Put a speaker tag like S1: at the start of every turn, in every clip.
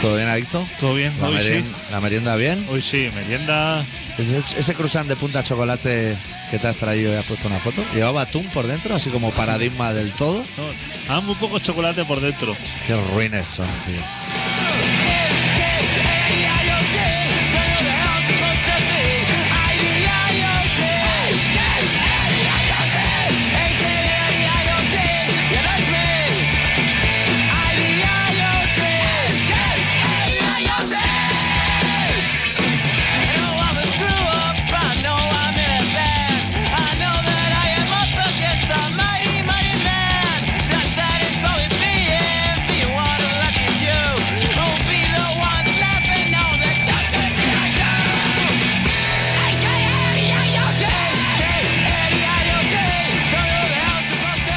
S1: ¿Todo bien, Adicto?
S2: Todo bien,
S1: ¿La,
S2: hoy
S1: merien-
S2: sí.
S1: la merienda bien?
S2: Hoy sí, merienda.
S1: Ese, ese croissant de punta chocolate que te has traído y has puesto una foto, llevaba atún por dentro, así como paradigma del todo.
S2: No, ah, muy poco chocolate por dentro.
S1: Qué ruines son, tío.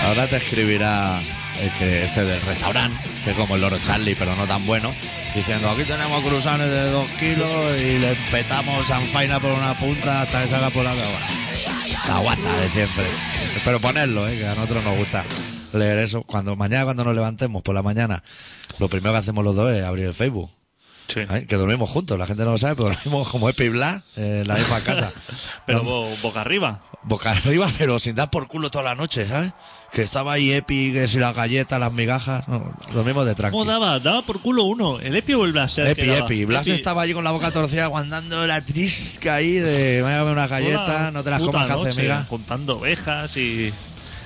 S1: Ahora te escribirá el que ese del restaurante, que es como el loro Charlie, pero no tan bueno, diciendo aquí tenemos cruzanes de dos kilos y le petamos sanfaina por una punta hasta que salga por la cabra. La guata de siempre. Pero ponerlo, ¿eh? que a nosotros nos gusta leer eso. Cuando mañana cuando nos levantemos por la mañana, lo primero que hacemos los dos es abrir el Facebook.
S2: Sí.
S1: Ay, que dormimos juntos, la gente no lo sabe, pero dormimos como Epi y Blas, eh, en la misma casa.
S2: Pero
S1: Nos-
S2: bo- boca arriba.
S1: boca arriba, pero sin dar por culo toda la noche, ¿sabes? Que estaba ahí Epi, que si las galletas, las migajas, no, lo mismo de tranqui.
S2: ¿Cómo daba? Daba por culo uno. ¿El Epi o el Blas? Era el que
S1: Epi,
S2: daba.
S1: Epi. Blas estaba allí con la boca torcida aguantando la trisca ahí de me voy a comer unas
S2: toda
S1: galletas, no te las
S2: puta
S1: comas que hace
S2: noche,
S1: miga.
S2: Juntando ovejas y.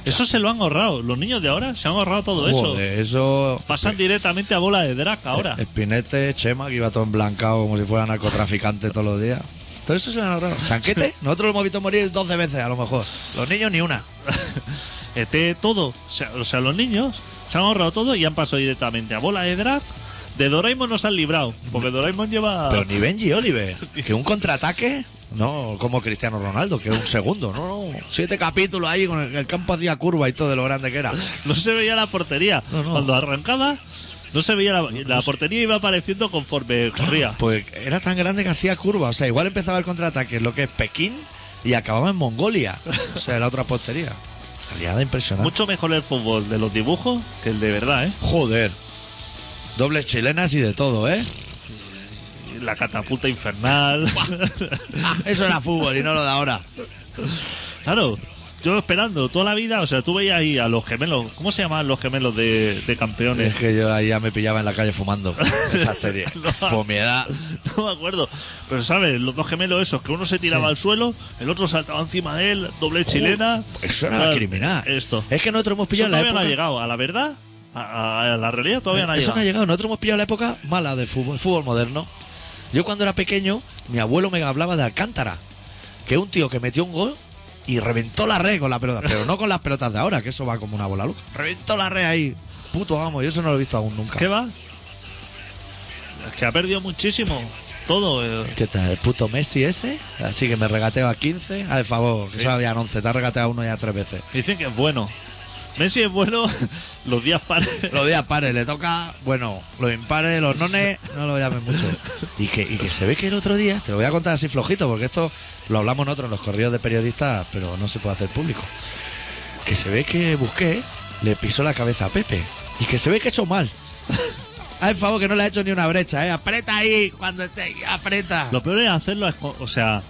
S2: Eso se lo han ahorrado. Los niños de ahora se han ahorrado todo eso.
S1: Joder, Eh, eso.
S2: Pasan directamente a bola de drag ahora.
S1: Espinete, Chema, que iba todo emblancado como si fuera narcotraficante todos los días. Todo eso se me ha notado. Chanquete, nosotros lo hemos visto morir 12 veces a lo mejor. Los niños ni una. eh.
S2: ET, E todo. O sea, o sea, los niños se han ahorrado todo y han pasado directamente a bola de drag. De Doraemon nos han librado. Porque Doraemon lleva.
S1: Pero ni Benji Oliver, que un contraataque, no como Cristiano Ronaldo, que un segundo, no, no, siete capítulos ahí con el, el campo hacía curva y todo de lo grande que era.
S2: No se veía la portería.
S1: No, no.
S2: Cuando arrancaba, no se veía la, la portería, iba apareciendo conforme corría.
S1: Pues era tan grande que hacía curva, o sea, igual empezaba el contraataque, lo que es Pekín, y acababa en Mongolia, o sea, la otra postería. Aliada impresionante.
S2: Mucho mejor el fútbol de los dibujos que el de verdad, ¿eh?
S1: Joder. Dobles chilenas y de todo, ¿eh?
S2: La catapulta infernal.
S1: Ah, Eso era fútbol y no lo de ahora.
S2: claro, yo esperando toda la vida, o sea, tú veías ahí a los gemelos, ¿cómo se llamaban los gemelos de, de campeones?
S1: Es que yo ahí ya me pillaba en la calle fumando esa serie.
S2: No.
S1: Por mi edad.
S2: No me acuerdo. Pero, ¿sabes? Los dos gemelos esos, que uno se tiraba al suelo, el otro saltaba encima de él, doble chilena.
S1: Oh, Eso era
S2: Claro,
S1: criminal.
S2: Esto.
S1: Es que nosotros hemos
S2: Eso
S1: pillado la
S2: todavía no
S1: época.
S2: ha llegado, a la verdad, a, a- a la realidad todavía no ha
S1: Eh, Eso
S2: llegado.
S1: no ha llegado. Nosotros hemos pillado la época mala del fútbol, el fútbol moderno. Yo cuando era pequeño, mi abuelo me hablaba de Alcántara, que es un tío que metió un gol y reventó la red con la pelota, pero no con las pelotas de ahora, que eso va como una bola loca. Reventó la red ahí. Puto amo, yo eso no lo he visto aún nunca.
S2: ¿Qué va? Es que ha perdido muchísimo. Todo. eh.
S1: ¿Qué tal? El puto Messi ese. Así que me regateo a 15. A favor, que solo habían 11. Te has regateado a uno ya tres veces.
S2: Dicen que es bueno. Messi es bueno los días pares.
S1: Los días pares le toca, bueno, los impares, los nones, no lo llamen mucho. Y que, y que se ve que el otro día, te lo voy a contar así flojito, porque esto lo hablamos nosotros en los correos de periodistas, pero no se puede hacer público. Que se ve que Busqué le pisó la cabeza a Pepe. Y que se ve que hecho mal. Haz el favor que no le ha hecho ni una brecha, ¿eh? Aprieta ahí cuando esté, aprieta.
S2: Lo peor es hacerlo, a esco- o sea,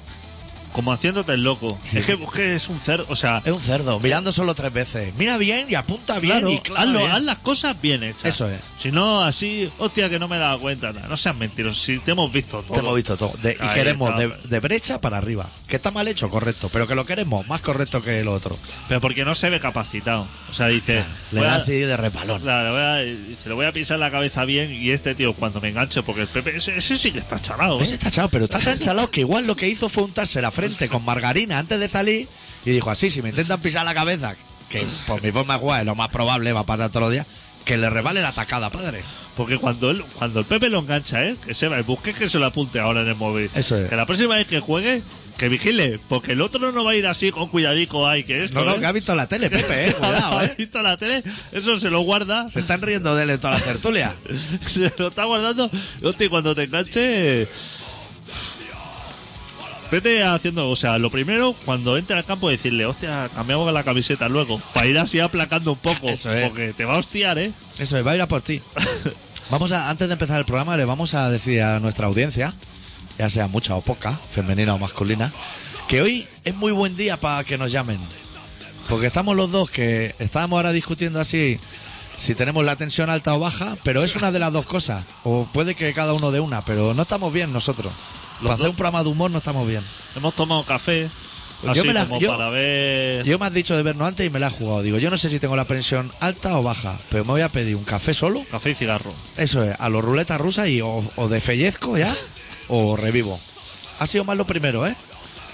S2: como haciéndote el loco.
S1: Sí.
S2: Es que que es un cerdo, o sea,
S1: Es un cerdo, mirando solo tres veces. Mira bien y apunta bien
S2: claro,
S1: y clava
S2: hazlo-
S1: bien.
S2: haz las cosas bien hechas.
S1: Eso es.
S2: Si no, así, hostia, que no me he dado cuenta. No seas mentiroso, si te hemos visto todo.
S1: Te hemos visto todo. De- y
S2: Ahí
S1: queremos
S2: está.
S1: de, de brecha para arriba. Que está mal hecho, correcto. Pero que lo queremos más correcto que el otro.
S2: Pero porque no se ve capacitado. O sea, dice.
S1: Le
S2: voy
S1: da
S2: a-
S1: así de repalón.
S2: Claro, voy a- dice, le voy a pisar la cabeza bien y este tío cuando me engancho, porque el Pepe, ese, ese sí que está chalado,
S1: Ese
S2: ¿eh?
S1: Pues está chalado, pero está tan chalado que igual lo que hizo fue untarse la frente con margarina antes de salir y dijo así, si me intentan pisar la cabeza, que por mi forma de jugar es lo más probable, va a pasar todos los días, que le revale la tacada, padre.
S2: Porque cuando él, cuando el Pepe lo engancha, ¿eh? Que se va, busque que se lo apunte ahora en el móvil.
S1: Eso es.
S2: Que la próxima vez que juegue, que vigile, porque el otro no va a ir así con cuidadico, ay, que esto.
S1: No, no,
S2: ¿eh?
S1: que ha visto la tele, Pepe, eh, cuidado,
S2: Ha
S1: eh.
S2: visto la tele, eso se lo guarda,
S1: Se están riendo de él en toda la tertulia.
S2: se lo está guardando. Y, hostia, y cuando te enganche. Vete haciendo, o sea, lo primero, cuando entre al campo, decirle, hostia, cambiamos la camiseta luego, para ir así aplacando un poco,
S1: Eso es.
S2: porque te va a hostiar, ¿eh?
S1: Eso es, va a ir a por ti. Vamos a, antes de empezar el programa, le vamos a decir a nuestra audiencia, ya sea mucha o poca, femenina o masculina, que hoy es muy buen día para que nos llamen. Porque estamos los dos que estábamos ahora discutiendo así si tenemos la tensión alta o baja, pero es una de las dos cosas. O puede que cada uno de una, pero no estamos bien nosotros. Para hacer un programa de humor no estamos bien.
S2: Hemos tomado café,
S1: Pues Yo
S2: así
S1: me la-
S2: como
S1: yo-
S2: para ver.
S1: Yo me has dicho de vernos antes y me la he jugado. Digo, yo no sé si tengo la tensión alta o baja, pero me voy a pedir un café solo
S2: Café y cigarro.
S1: Eso es, a los ruletas rusas y o, o desfellezco ya o revivo. Ha sido más lo primero, ¿eh?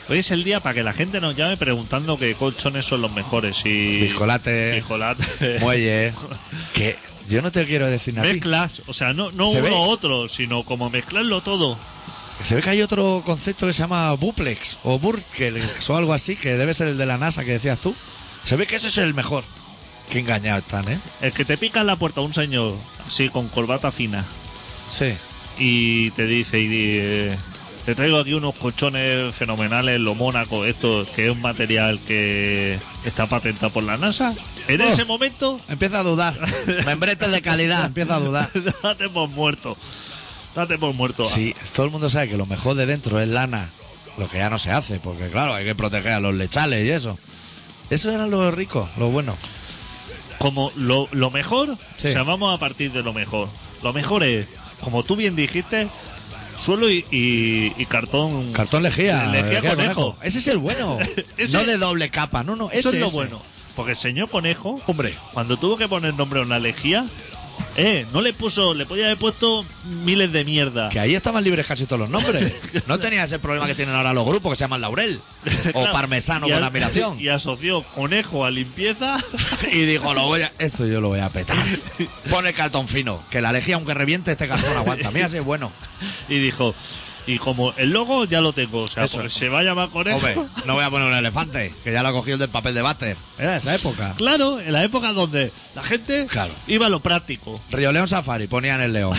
S2: Hoy es el día para que la gente nos llame preguntando qué colchones son los mejores y.
S1: Biscolate,
S2: Biscolate.
S1: muelle, que yo no te quiero decir nada. a ti.
S2: Mezclas, o sea, no, no
S1: Se
S2: uno
S1: ve.
S2: otro, sino como mezclarlo todo.
S1: Se ve que hay otro concepto que se llama buplex o burkelex o algo así, que debe ser el de la NASA que decías tú. Se ve que ese es el mejor. Qué engañados están, ¿eh?
S2: El que te pica en la puerta un señor, así con corbata fina,
S1: Sí.
S2: y te dice, y, eh, te traigo aquí unos colchones fenomenales, lo Mónaco, esto que es un material que está patentado por la NASA, en
S1: Oh.
S2: ese momento,
S1: Empieza a dudar. Membretes de calidad, empieza a dudar.
S2: date por muerto. Date por muerto.
S1: Sí, todo el mundo sabe que lo mejor de dentro es lana, lo que ya no se hace, porque claro, hay que proteger a los lechales y eso. Eso era lo rico, lo bueno.
S2: Como lo, lo mejor,
S1: Sí.
S2: o sea, vamos a partir de lo mejor. Lo mejor es, como tú bien dijiste, suelo y, y- y cartón.
S1: Cartón lejía.
S2: Lejía conejo.
S1: Ese es el bueno.
S2: Ese-
S1: No de doble capa, no, no. Ese,
S2: Eso es lo
S1: ese.
S2: bueno. Porque el señor Conejo,
S1: Hombre,
S2: cuando tuvo que poner nombre a una lejía, eh, no le puso, le podía haber puesto miles de mierda.
S1: que ahí estaban libres casi todos los nombres. No tenía ese problema que tienen ahora los grupos que se llaman Laurel o
S2: Claro.
S1: Parmesano
S2: Y
S1: con
S2: a-
S1: admiración.
S2: Y asoció conejo a limpieza.
S1: Y dijo, lo voy a... Esto yo lo voy a petar. Pon el cartón fino, que la lejía aunque reviente este cartón aguanta. Mira, ese es bueno.
S2: y dijo, y como el logo ya lo tengo, o sea,
S1: Eso.
S2: porque se va a llamar conejo.
S1: Hombre, no voy a poner un elefante, que ya lo ha cogido el del papel de váter. Era de esa época.
S2: Claro, en la época donde la gente
S1: Claro.
S2: iba a lo práctico.
S1: Río León Safari, ponían el león.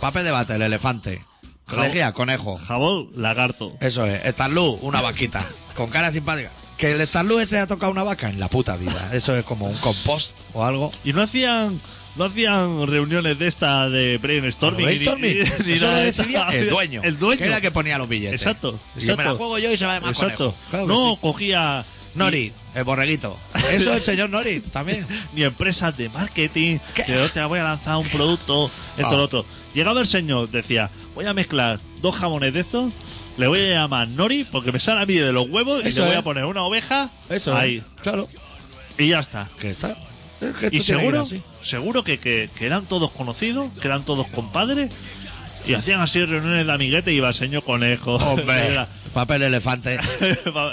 S1: Papel de váter, el elefante. Colegía, conejo.
S2: Jabón, lagarto.
S1: Eso es. Estarlú, una vaquita. Con cara simpática. Que el Starlú ese ha tocado una vaca en la puta vida. Eso es como un compost o algo.
S2: Y no hacían no hacían reuniones de esta de brainstorming. ni-
S1: Brainstorming.
S2: ni- ni
S1: Eso lo
S2: nada de
S1: decidía
S2: esa.
S1: el dueño.
S2: El dueño.
S1: Que era el que ponía los billetes.
S2: Exacto,
S1: Y yo me la
S2: exacto.
S1: juego yo y se va de más
S2: Exacto.
S1: conejo. Claro que
S2: no
S1: sí.
S2: cogía
S1: Nori, el borreguito. Eso el señor Nori también.
S2: ni empresas de marketing,
S1: ¿Qué?
S2: que "Oh, te voy a lanzar un producto, esto,
S1: Ah.
S2: lo otro. Llegaba el señor, decía, voy a mezclar dos jamones de estos, le voy a llamar Nori porque me sale a mí de los huevos y
S1: Eso
S2: le voy
S1: es.
S2: a poner una oveja
S1: Eso es.
S2: ahí.
S1: Claro.
S2: Y ya está.
S1: Que está. es que
S2: Y
S1: esto tiene que ir
S2: seguro,
S1: así.
S2: seguro que, que, que eran todos conocidos, que eran todos compadres, y hacían así reuniones de amiguete y iba el señor conejo.
S1: Hombre,
S2: Era-
S1: papel elefante.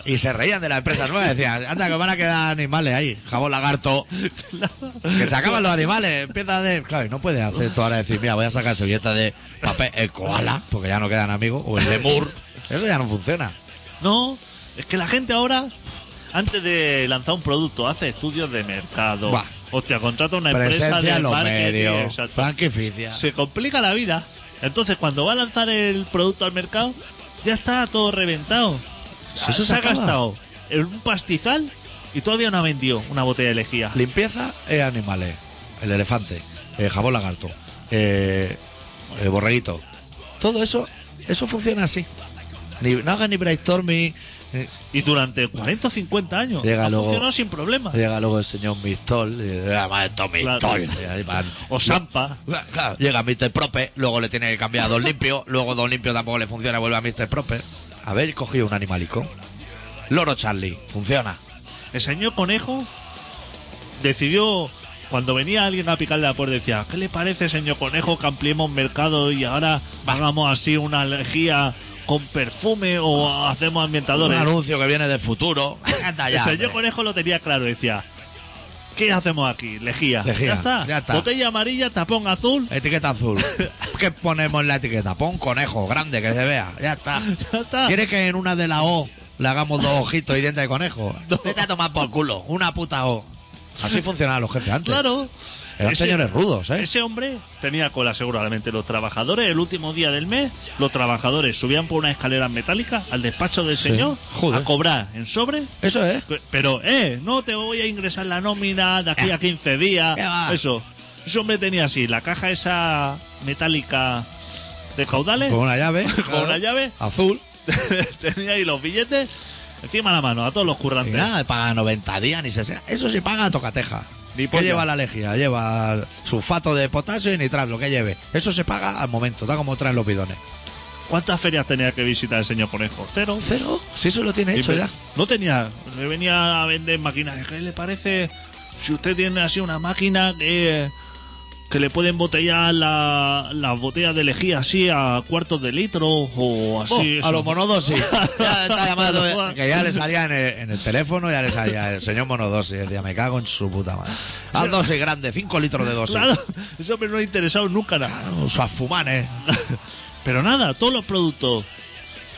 S1: Y se reían de la empresa nueva, decían, anda, que van a quedar animales ahí, jabón lagarto, que se acaban los animales, empieza de... Claro, y no puedes hacer tú ahora decir, mira, voy a sacar servilleta de papel, el koala, porque ya no quedan amigos, o el lemur, eso ya no funciona.
S2: No, es que la gente ahora, antes de lanzar un producto, hace estudios de mercado.
S1: Buah.
S2: Hostia, contrata una empresa
S1: Presencia
S2: de
S1: en los
S2: marketing,
S1: medios,
S2: exacto.
S1: franquicia.
S2: Se complica la vida. Entonces, cuando va a lanzar el producto al mercado, ya está todo reventado.
S1: Si eso
S2: se,
S1: se
S2: ha
S1: acaba.
S2: gastado en un pastizal y todavía no ha vendido una botella de lejía.
S1: Limpieza es animales, el elefante, el jabón lagarto, eh, el borreguito, todo eso, eso funciona así. Ni- no hagas ni brainstorming, eh,
S2: Y durante 40 o 50 años
S1: Llega
S2: ha
S1: luego-
S2: funcionado sin problema.
S1: Llega luego el señor Mistol, y, "Ah, maestro Mistol.
S2: Claro.
S1: y ahí van.
S2: O Sampa.
S1: Claro, llega Mr. Prope, luego le tiene que cambiar a Don Limpio, luego Don Limpio tampoco le funciona, vuelve a Mr. Prope. Haber cogido un animalico. Loro Charlie, funciona.
S2: El señor Conejo decidió, cuando venía alguien a picarle la puerta, decía, ¿qué le parece, señor Conejo, que ampliemos mercado y ahora hagamos así una alergia con perfume o hacemos
S1: Un
S2: ambientadores?
S1: anuncio que viene del futuro. Anda
S2: El
S1: ya,
S2: señor
S1: hombre.
S2: Conejo lo tenía claro, decía, ¿qué hacemos aquí? Lejía.
S1: Lejía,
S2: Ya está.
S1: ya está.
S2: Botella amarilla, tapón azul.
S1: Etiqueta azul. ¿Qué ponemos en la etiqueta? Pon conejo, grande, que se vea. Ya está.
S2: Ya está.
S1: ¿Quieres que en una de la O le hagamos dos ojitos y dientes de conejo? Vete a tomar por culo. Una puta O. Así funcionaban los jefes antes.
S2: Claro.
S1: Eran
S2: Ese-
S1: señores rudos, ¿eh?
S2: Ese hombre tenía cola seguramente los trabajadores. El último día del mes, los trabajadores subían por unas escaleras metálicas al despacho del señor
S1: Joder.
S2: a cobrar en sobre.
S1: Eso es.
S2: Pero, eh, no te voy a ingresar la nómina de aquí a 15 días.
S1: Ah. ¿Qué va?
S2: Eso. Ese hombre tenía así la caja esa metálica de caudales.
S1: Con una llave.
S2: Con una llave.
S1: Azul.
S2: tenía ahí los billetes encima de la mano a todos los
S1: Y
S2: currantes.
S1: nada, paga 90 días ni 60. Eso sí paga a tocateja.
S2: Ni
S1: ¿Qué
S2: polla.
S1: lleva la lejía? Lleva sulfato de potasio y nitrato, lo que lleve. Eso se paga al momento, da como traen los bidones.
S2: ¿Cuántas ferias tenía que visitar el señor Conejo? Cero.
S1: ¿Cero? Si eso lo tiene hecho
S2: Y me-
S1: ya.
S2: No tenía, le venía a vender maquinaria. ¿Qué le parece si usted tiene así una máquina que, que le puede embotellar la- las botellas de lejía así a cuartos de litro o así?
S1: Oh,
S2: eso?
S1: a los monodosis. Ya está llamando, eh,
S2: A los-
S1: que ya le salía en el, en el teléfono, ya le salía el señor monodosis. Decía, me cago en su puta madre. Haz dosis grande, 5 litros de dosis.
S2: Claro, eso hombre no ha interesado nunca nada.
S1: Sus afumanes.
S2: Pero nada, todos los productos.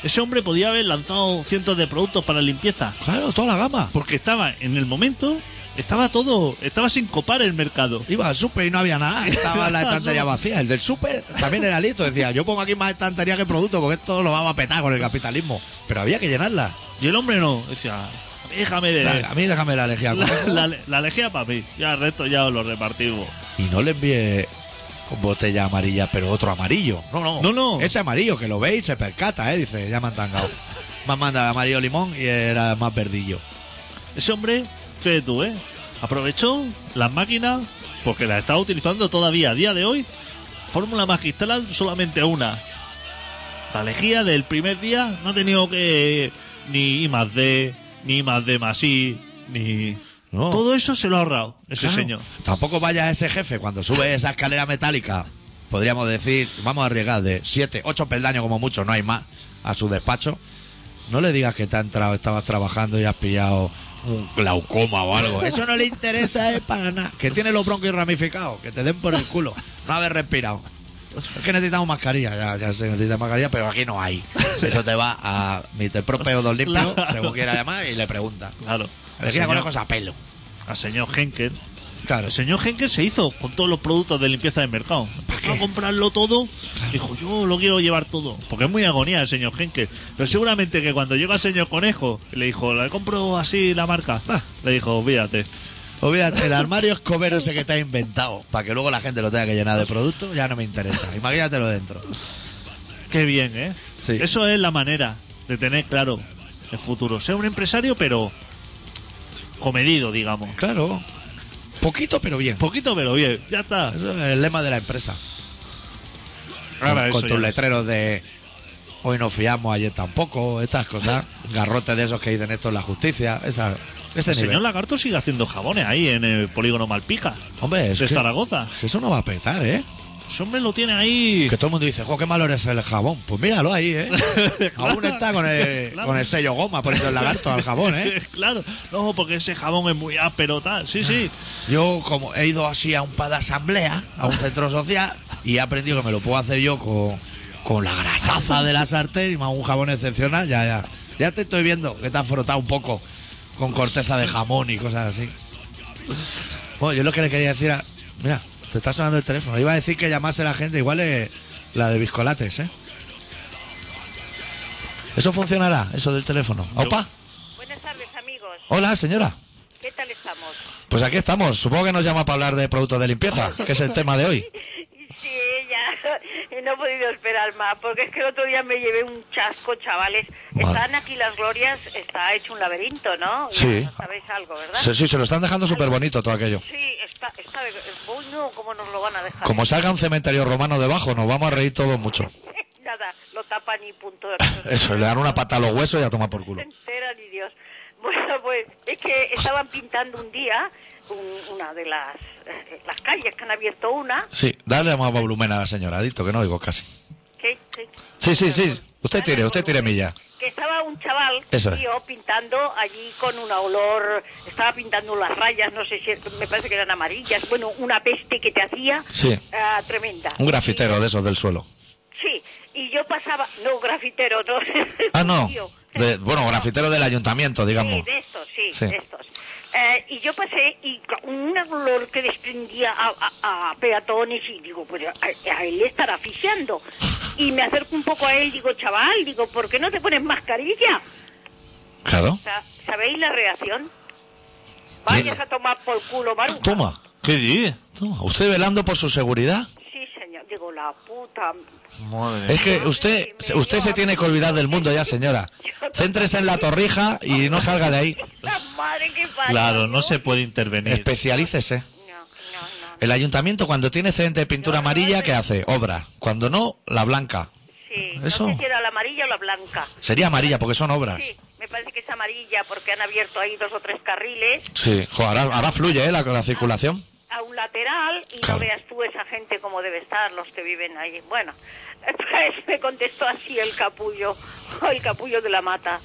S2: Ese hombre podía haber lanzado cientos de productos para limpieza.
S1: Claro, toda la gama.
S2: Porque estaba en el momento, estaba todo, estaba sin copar el mercado.
S1: Iba al súper y no había nada. Estaba la estantería vacía. El del súper también era listo. Decía, yo pongo aquí más estantería que producto porque esto lo vamos a petar con el capitalismo. Pero había que llenarla.
S2: Y el hombre no, decía, déjame de.
S1: La- a mí déjame la lejía.
S2: Eh. La,
S1: conejo.
S2: la, la lejía para mí. Ya el resto ya os lo repartimos.
S1: Y no le envié con botella amarilla, pero otro amarillo. No, no.
S2: No, no.
S1: Ese amarillo que lo veis se percata, ¿eh? Dice, ya me han tangado. me han mandado amarillo limón y era más verdillo.
S2: Ese hombre, fíjate tú, ¿eh? Aprovechó las máquinas porque las está utilizando todavía a día de hoy. Fórmula magistral solamente una. La lejía del primer día no ha tenido que ni I más D, ni I más D más I, ni...
S1: No.
S2: Todo eso se lo ha ahorrado ese
S1: Claro.
S2: señor.
S1: Tampoco vaya ese jefe cuando sube esa escalera metálica. Podríamos decir, vamos a arriesgar de 7, 8 peldaños como mucho, no hay más, a su despacho. No le digas que te ha entrado, estabas trabajando y has pillado un glaucoma o algo. Eso no le interesa eh, para nada. Que tiene los bronquios ramificados, que te den por el culo. No haber respirado. Es que necesitamos mascarilla, ya, ya se necesita mascarilla, pero aquí no hay. Eso te va a Mr. Propio Don Limpio,
S2: Claro.
S1: según quiera llamar, y le pregunta.
S2: Claro.
S1: Le queda
S2: Al señor,
S1: conejos a pelo.
S2: al señor Henkel.
S1: Claro.
S2: El señor Henkel se hizo con todos los productos de limpieza de mercado. Empezó a comprarlo todo. Dijo, yo lo quiero llevar todo. Porque es muy agonía el señor Henkel. Pero seguramente que cuando llega el señor Conejo, le dijo, le compro así la marca.
S1: Ah.
S2: Le dijo, fíjate.
S1: Olvídate, el armario escobero ese que te has inventado para que luego la gente lo tenga que llenar de productos, ya no me interesa. Imagínatelo dentro.
S2: Qué bien, ¿eh?
S1: Sí.
S2: Eso es la manera de tener claro el futuro. Ser un empresario, pero comedido, digamos.
S1: Claro. Poquito, pero bien.
S2: Poquito, pero bien. Ya está.
S1: Eso es el lema de la empresa. con
S2: Ahora eso
S1: con
S2: ya.
S1: tus letreros de hoy no fiamos, ayer tampoco, estas cosas. Garrotes de esos que dicen esto en la justicia. Esa, ese nivel.
S2: El señor Lagarto sigue haciendo jabones ahí en el polígono Malpica.
S1: Hombre, es
S2: de
S1: que-
S2: Zaragoza.
S1: que eso no va a petar, ¿eh?
S2: Ese hombre lo tiene ahí.
S1: Que todo el mundo dice, jo, qué malo eres el jabón. Pues míralo ahí, ¿eh? Aún está con el,
S2: Claro.
S1: con el sello goma poniendo el lagarto al jabón, ¿eh?
S2: claro, no, porque ese jabón es muy áspero, tal. Sí, sí.
S1: Yo como he ido así a un par de asambleas, a un centro social, y he aprendido que me lo puedo hacer yo con, con la grasaza de la sartén y más un jabón excepcional, ya, ya. Ya te estoy viendo que te has frotado un poco con corteza de jamón y cosas así. Bueno, yo lo que le quería decir a... Mira, te está sonando el teléfono. Iba a decir que llamase la gente, igual es la de biscolates, ¿eh? ¿Eso funcionará, eso del teléfono? ¡Opa!
S3: Buenas tardes, amigos.
S1: Hola, señora.
S3: ¿Qué tal estamos?
S1: Pues aquí estamos. Supongo que nos llama para hablar de productos de limpieza, que es el tema de hoy.
S3: Sí, ya. Y no he podido esperar más, porque es que el otro día me llevé un chasco, chavales.
S1: Madre.
S3: Están aquí las glorias, está hecho un laberinto, ¿no? Ya
S1: Sí.
S3: Sabéis algo, ¿verdad?
S1: Sí, sí, se lo están dejando súper bonito todo aquello.
S3: Sí, está, está de... Uy, no, ¿cómo nos lo van a dejar?
S1: Como salga un cementerio romano debajo, nos vamos a reír todos mucho.
S3: Nada, lo tapan y punto.
S1: Eso, le dan una pata a los huesos y a tomar por
S3: se
S1: culo.
S3: entera ni Dios. Bueno, pues es que estaban pintando un día un- una de las, eh, las calles que han abierto una.
S1: Sí, dale más volumen a la señora, adicto, que no digo casi.
S3: Que, que-
S1: Sí, sí, sí. Usted tire, usted tire milla.
S3: Que estaba un chaval,
S1: Eso es.
S3: tío, pintando allí con un olor, estaba pintando las rayas, no sé si, es- me parece que eran amarillas, bueno, una peste que te hacía
S1: Sí.
S3: ah, tremenda.
S1: Un grafitero de esos del suelo.
S3: Y- sí, y yo pasaba, no, grafitero, no.
S1: Ah, no.
S3: Tío.
S1: De- bueno, grafitero del ayuntamiento,
S3: Sí,
S1: digamos.
S3: de estos, sí,
S1: Sí.
S3: de estos. Eh, y yo pasé y con un olor que desprendía a, a- a peatones y digo, pues a, a él le estará asfixiando. Y me acerco un poco a él, digo, chaval, digo, ¿por qué no te pones mascarilla?
S1: Claro.
S3: Sa- ¿Sabéis la reacción? Vayas a tomar por culo, Maru.
S1: Toma,
S2: ¿Qué dices?
S1: toma. ¿Usted velando por su seguridad?
S3: Sí, señor. Digo, la puta.
S2: Madre
S1: Es que usted, usted se tiene que olvidar del mundo ya, señora. Céntrese en la torrija y no salga de ahí.
S3: La madre que parió.
S2: Claro, no se puede intervenir.
S1: Especialícese.
S3: No, no, no.
S1: El ayuntamiento cuando tiene excedente de pintura amarilla, ¿qué hace? Obra. Cuando no, la blanca.
S3: Sí,
S1: Eso.
S3: no sé si era la amarilla o la blanca.
S1: Sería amarilla porque son obras.
S3: Sí, me parece que es amarilla porque han abierto ahí dos o tres carriles.
S1: Sí. Jo, ahora, ahora fluye ¿eh? la, la circulación.
S3: a un lateral y
S1: Claro.
S3: no veas tú esa gente como debe estar, los que viven ahí. Bueno, pues me contestó así el capullo, el capullo de la mata.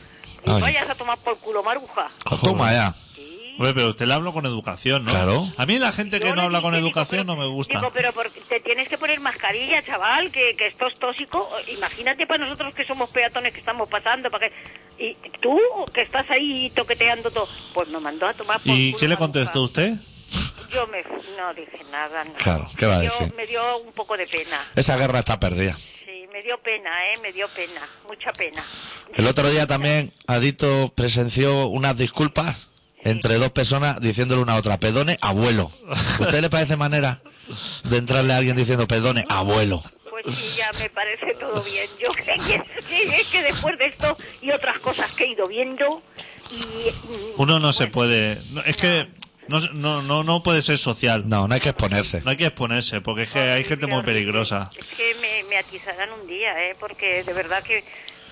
S3: Y
S1: Ay.
S3: vayas a tomar por culo, maruja.
S1: Toma ya.
S3: Sí.
S2: Hombre, pero usted le habla con educación, ¿no?
S1: Claro.
S2: A mí la gente que
S3: Yo
S2: no
S3: le
S2: habla con
S3: dije, digo,
S2: educación
S3: pero-
S2: no me gusta.
S3: Digo, pero porque te tienes que poner mascarilla, chaval, que, que esto es tóxico. Imagínate para nosotros que somos peatones que estamos pasando. Para que... Y tú, que estás ahí toqueteando todo. Pues me mandó a tomar por
S2: ¿Y
S3: culo,
S2: qué le
S3: maruja.
S2: contestó usted?
S3: Yo me, fu- no dije nada. no.
S1: Claro, ¿qué va a
S3: Yo-
S1: decir?
S3: Me dio un poco de pena.
S1: Esa guerra está perdida.
S3: Sí, me dio pena, ¿eh? Me dio pena, mucha pena.
S1: El otro día también Adito presenció unas disculpas entre dos personas diciéndole una a otra, perdone, abuelo. ¿Usted le parece manera de entrarle a alguien diciendo, perdone, abuelo?
S3: Pues sí, ya me parece todo bien. Yo creo que, que- es que después de esto y otras cosas que he ido viendo y... mm, y-
S2: Uno no se
S3: bueno,
S2: puede. no, es que no, se- no, no, no puede ser social.
S1: No, no hay que exponerse.
S2: No hay que exponerse, porque es que hay gente muy peligrosa.
S3: Es que me, me atizarán un día, ¿eh? Porque de verdad que,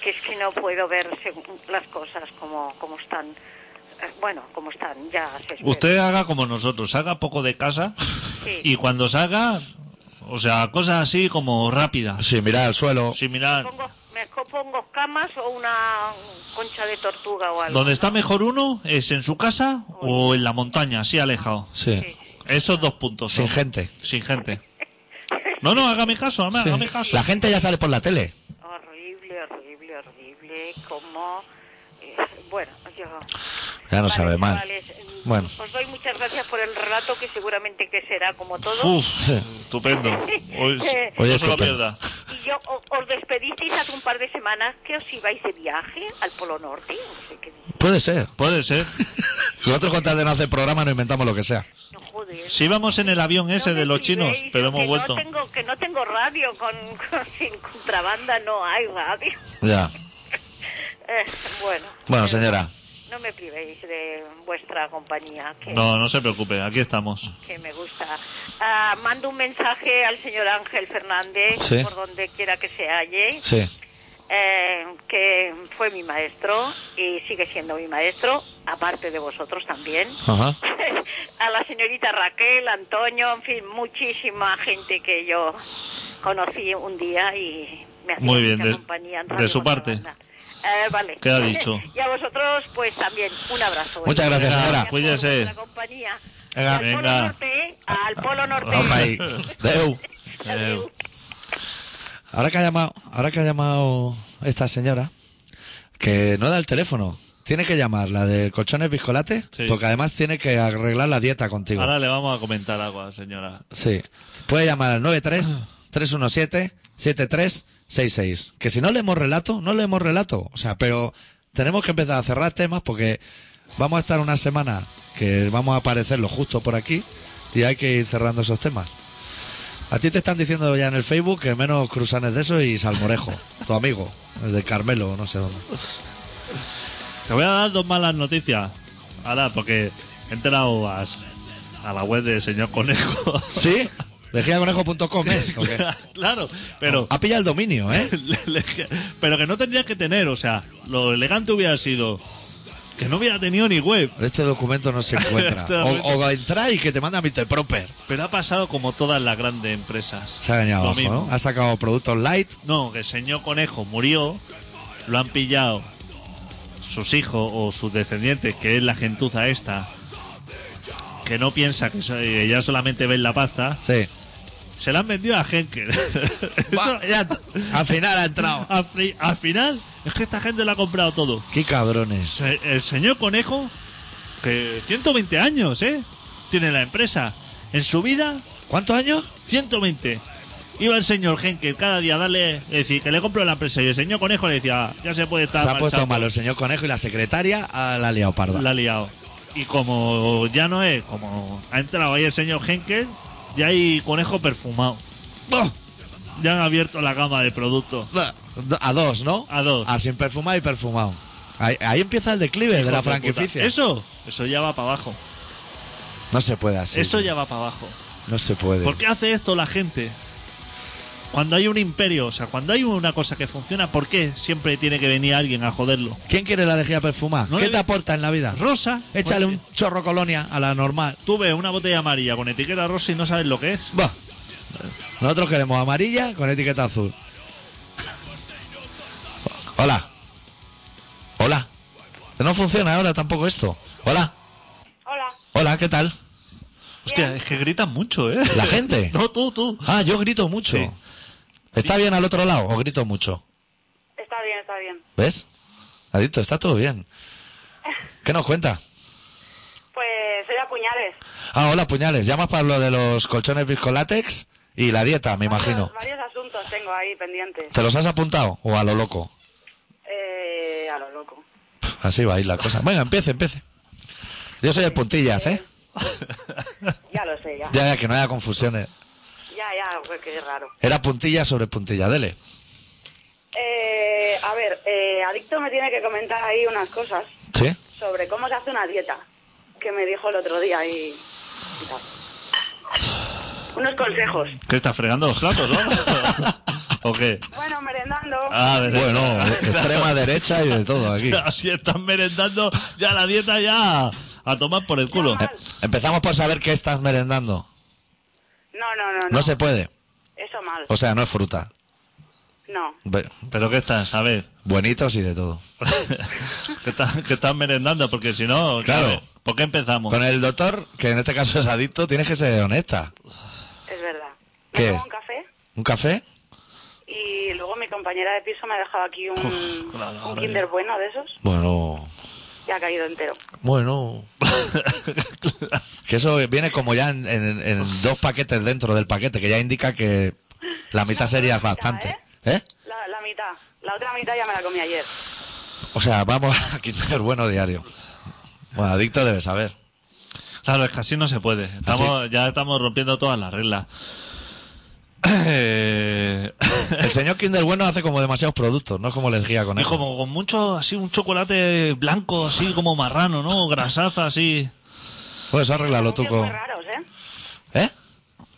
S3: que es que no puedo ver según las cosas como, como están. Eh, Bueno, como están, ya se espera.
S2: Usted haga como nosotros, haga poco de casa
S3: Sí.
S2: y cuando salga, o sea, cosas así como rápidas,
S1: Sí, mirar al suelo.
S2: similar.
S3: Pongo- me co- pongo camas o una concha de tortuga o algo.
S2: Donde está mejor uno es en su casa o en la montaña, así alejado.
S1: Sí.
S2: Esos dos puntos. son.
S1: Sin gente.
S2: Sin gente. No, no, hágame caso, hágame, hágame caso.
S1: La gente ya sale por la tele.
S3: Horrible, horrible, horrible. Como. eh, bueno, yo.
S1: Ya no
S3: Vale,
S1: sabe mal.
S3: chavales, mm,
S1: Bueno.
S3: Os doy muchas gracias por el relato que seguramente que será como todo.
S2: Uf, estupendo. Hoy,
S3: Eh,
S1: Hoy
S2: no
S1: es
S2: se lo
S1: estupendo.
S2: pierda.
S3: Y yo o- os despedisteis hace un par de semanas que os ibais de viaje al Polo Norte. No sé qué.
S1: Puede ser.
S2: Puede ser.
S1: Nosotros con tal de no hacer programa no inventamos lo que sea.
S3: No joder.
S2: Si íbamos en el avión ese
S3: No me
S2: de los chinos,
S3: escribéis,
S2: pero
S3: que
S2: hemos vuelto.
S3: No tengo, que no tengo radio, con, con- sin contrabanda no hay radio.
S1: Ya.
S3: Eh, bueno.
S1: Bueno, señora.
S3: No me privéis de vuestra compañía. Que...
S2: No, no se preocupe, aquí estamos.
S3: que me gusta. Ah, mando un mensaje al señor Ángel Fernández,
S1: Sí.
S3: por donde quiera que se halle,
S1: Sí.
S3: eh, que fue mi maestro y sigue siendo mi maestro, aparte de vosotros también.
S1: Ajá.
S3: a la señorita Raquel, Antonio, en fin, muchísima gente que yo conocí un día y me hacía
S2: Muy bien,
S3: mucha
S2: de-
S3: compañía en
S2: de
S3: Radio
S2: su parte.
S3: Contrabanda. Eh, vale.
S2: Queda dicho.
S3: Y a vosotros, pues también, un abrazo.
S1: Muchas gracias,
S2: Venga,
S1: señora.
S2: cuídese.
S3: La compañía.
S1: Venga.
S3: al Polo
S2: Venga.
S3: Norte, ¿eh? Al Polo Norte.
S1: Vamos ahí. Deu.
S2: Eh,
S1: Ahora que ha llamado, ahora que ha llamado esta señora, que no da el teléfono, tiene que llamar la de colchones biscolate,
S2: Sí.
S1: porque además tiene que arreglar la dieta contigo.
S2: ahora le vamos a comentar algo a la señora.
S1: Sí. Puede llamar al 93 317 7366. Que si no leemos relato, no leemos relato. O sea, pero tenemos que empezar a cerrar temas porque vamos a estar una semana que vamos a aparecerlo justo por aquí y hay que ir cerrando esos temas. A ti te están diciendo ya en el Facebook que menos cruzanes de eso y salmorejo, tu amigo, el de Carmelo, no sé dónde.
S2: Te voy a dar dos malas noticias. Ahora, porque he entrado a, a la web de señor Conejo.
S1: ¿Sí? Legiaconejo.com es. ¿o qué?
S2: claro, pero.
S1: ¿eh? Ha pillado el dominio, ¿eh?
S2: le- le- pero que no tendrías que tener, o sea, lo elegante hubiera sido que no hubiera tenido ni web.
S1: Este documento no se encuentra.
S2: Este
S1: O,
S2: documento-
S1: o entrar y que te manda Mr. Proper.
S2: Pero ha pasado como todas las grandes empresas.
S1: Se ha venido
S2: Lo
S1: abajo,
S2: mismo.
S1: ¿no? Ha sacado productos light.
S2: No, que el señor Conejo murió, lo han pillado sus hijos o sus descendientes, que es la gentuza esta, que no piensa que, so- que ya solamente ven la pasta,
S1: Sí.
S2: se la han vendido a Henkel.
S1: Va,
S2: Eso-
S1: ya t- al final ha entrado.
S2: al, fi- al final, es que esta gente lo ha comprado todo.
S1: Qué cabrones.
S2: Se- el señor Conejo, que 120 años, ¿eh? Tiene la empresa. En su vida,
S1: ¿Cuántos años?
S2: 120. Iba el señor Henkel cada día a darle, es decir, que le compro la empresa. Y el señor Conejo le decía, ya se puede estar
S1: Se ha puesto
S2: marchando".
S1: malo el señor Conejo y la secretaria a la liado parda.
S2: La ha liado. Y como ya no es, como ha entrado ahí el señor Henkel, ya hay conejo perfumado.
S1: ¡Oh!
S2: Ya han abierto la gama de productos.
S1: A dos, ¿no?
S2: A dos.
S1: A sin perfumar y perfumado. Ahí, ahí empieza el declive de la
S2: Hijo puta.
S1: franquicia.
S2: Eso, eso ya va para abajo.
S1: No se puede así.
S2: eso
S1: tío.
S2: ya va para abajo.
S1: No se puede.
S2: ¿Por qué hace esto la gente? Cuando hay un imperio, o sea, cuando hay una cosa que funciona, ¿por qué siempre tiene que venir alguien a joderlo?
S1: ¿Quién quiere la lejía perfumada?
S2: No
S1: ¿Qué
S2: le-
S1: te aporta en la vida?
S2: Rosa,
S1: Échale
S2: pues,
S1: un chorro colonia a la normal.
S2: Tú ves una botella amarilla con etiqueta rosa y no sabes lo que es.
S1: Bah. Nosotros queremos amarilla con etiqueta azul. Hola. Hola. Que No funciona ahora tampoco esto. Hola.
S3: Hola.
S1: Hola, ¿qué tal?
S2: Hostia, es que gritan mucho, ¿eh?
S1: ¿La gente?
S2: No, tú, tú.
S1: Ah, yo grito mucho.
S2: Sí.
S1: ¿Está bien al otro lado o grito mucho?
S3: Está bien, está bien.
S1: ¿Ves? Adicto, está todo bien. ¿Qué nos cuenta?
S3: Pues soy de Puñales.
S1: Ah, hola, puñales. Llamas para lo de los colchones biscolatex y la dieta, me imagino.
S3: Varios asuntos tengo ahí pendientes.
S1: ¿Te los has apuntado o a lo loco?
S3: Eh, a lo loco.
S1: Así va a ir la cosa. Venga, empiece, empiece. Yo soy el puntillas, ¿eh?
S3: Ya lo sé, ya.
S1: Ya, ya, que no haya confusiones.
S3: Ya, ya, pues qué raro.
S1: Era puntilla sobre puntilla, dele.
S3: Eh, a ver, eh, Adicto me tiene que comentar ahí unas cosas
S1: ¿Sí?
S3: sobre cómo se hace una dieta, que me dijo el otro día y, y tal. Unos consejos.
S2: ¿Qué estás fregando los platos, no? ¿O qué?
S3: Bueno, merendando.
S2: Ah, ver-
S3: Oh,
S1: Bueno, extrema derecha y de todo aquí. Eh,
S2: si estás merendando ya la dieta ya a tomar por el culo.
S1: Em- Empezamos por saber qué estás merendando.
S3: No, no, no, no.
S1: No se puede.
S3: Eso mal.
S1: O sea, no es fruta.
S3: No.
S1: Be-
S2: ¿Pero qué estás? A ver.
S1: Buenitos y de todo.
S2: ¿Qué estás, qué estás merendando? Porque si no,
S1: Claro.
S2: ¿sabes? ¿Por qué empezamos?
S1: Con el doctor, que en este caso es adicto, tienes que ser honesta.
S3: Es verdad.
S1: ¿Qué?
S3: Me tomo un café
S1: ¿Un café?
S3: y luego mi compañera de piso me ha dejado aquí un,
S2: Uf, claro,
S3: un
S2: ahora
S3: Kinder
S2: ya.
S3: bueno de esos
S1: Bueno,
S3: y ha caído entero.
S1: bueno. Que eso viene como ya en, en- en dos paquetes dentro del paquete, que ya indica que la mitad sería bastante. ¿Eh?
S3: La, la mitad. La otra mitad ya me la comí ayer.
S1: O sea, vamos a quitar bueno diario. Bueno, adicto debe saber.
S2: Claro, es que así no se puede. Estamos, ya estamos rompiendo todas las reglas. Eh,
S1: El señor Kinder Bueno hace como demasiados productos, no es como le decía con
S2: es como con mucho, así un chocolate blanco, así como marrano, ¿no? Grasaza, así.
S1: Pues eso arréglalo tú
S3: Anuncios muy
S1: con...
S3: raros, ¿eh?
S1: ¿Eh?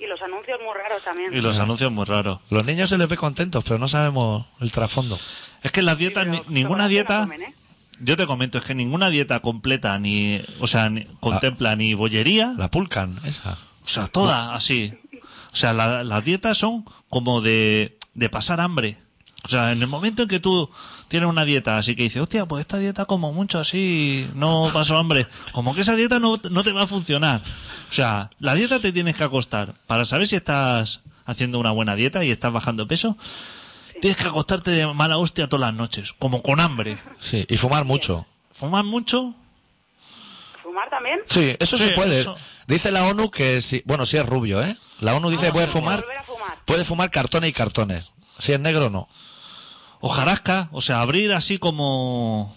S3: Y los anuncios muy raros también.
S2: Y los anuncios muy raros.
S1: Los niños se les ve contentos, pero no sabemos el trasfondo.
S2: Es que las dietas,
S3: Pero
S2: ni-
S3: chocolate
S2: ninguna
S3: no
S2: dieta.
S3: comen, ¿eh?
S2: Yo te comento, es que ninguna dieta completa ni, o sea, ni- contempla ni bollería,
S1: La pulcan, esa.
S2: o sea, todas así. O sea, la- las dietas son como de, de pasar hambre. O sea, en el momento en que tú tienes una dieta así que dices, hostia, pues esta dieta como mucho así, no paso hambre, como que esa dieta no, no te va a funcionar. O sea, la dieta te tienes que acostar para saber si estás haciendo una buena dieta y estás bajando peso. Tienes que acostarte de mala hostia todas las noches, como con hambre.
S1: Sí, y fumar mucho.
S2: Fumar mucho,
S3: ¿Fumar también?
S1: Sí, eso se
S2: Sí,
S1: puede.
S2: eso.
S1: Dice la ONU que sí, bueno, si es rubio, ¿eh? La ONU dice que puede
S3: Ah,
S1: fumar,
S3: volver a fumar.
S1: puede fumar cartones y cartones. Si es negro, no.
S2: o jarasca, o sea, abrir así como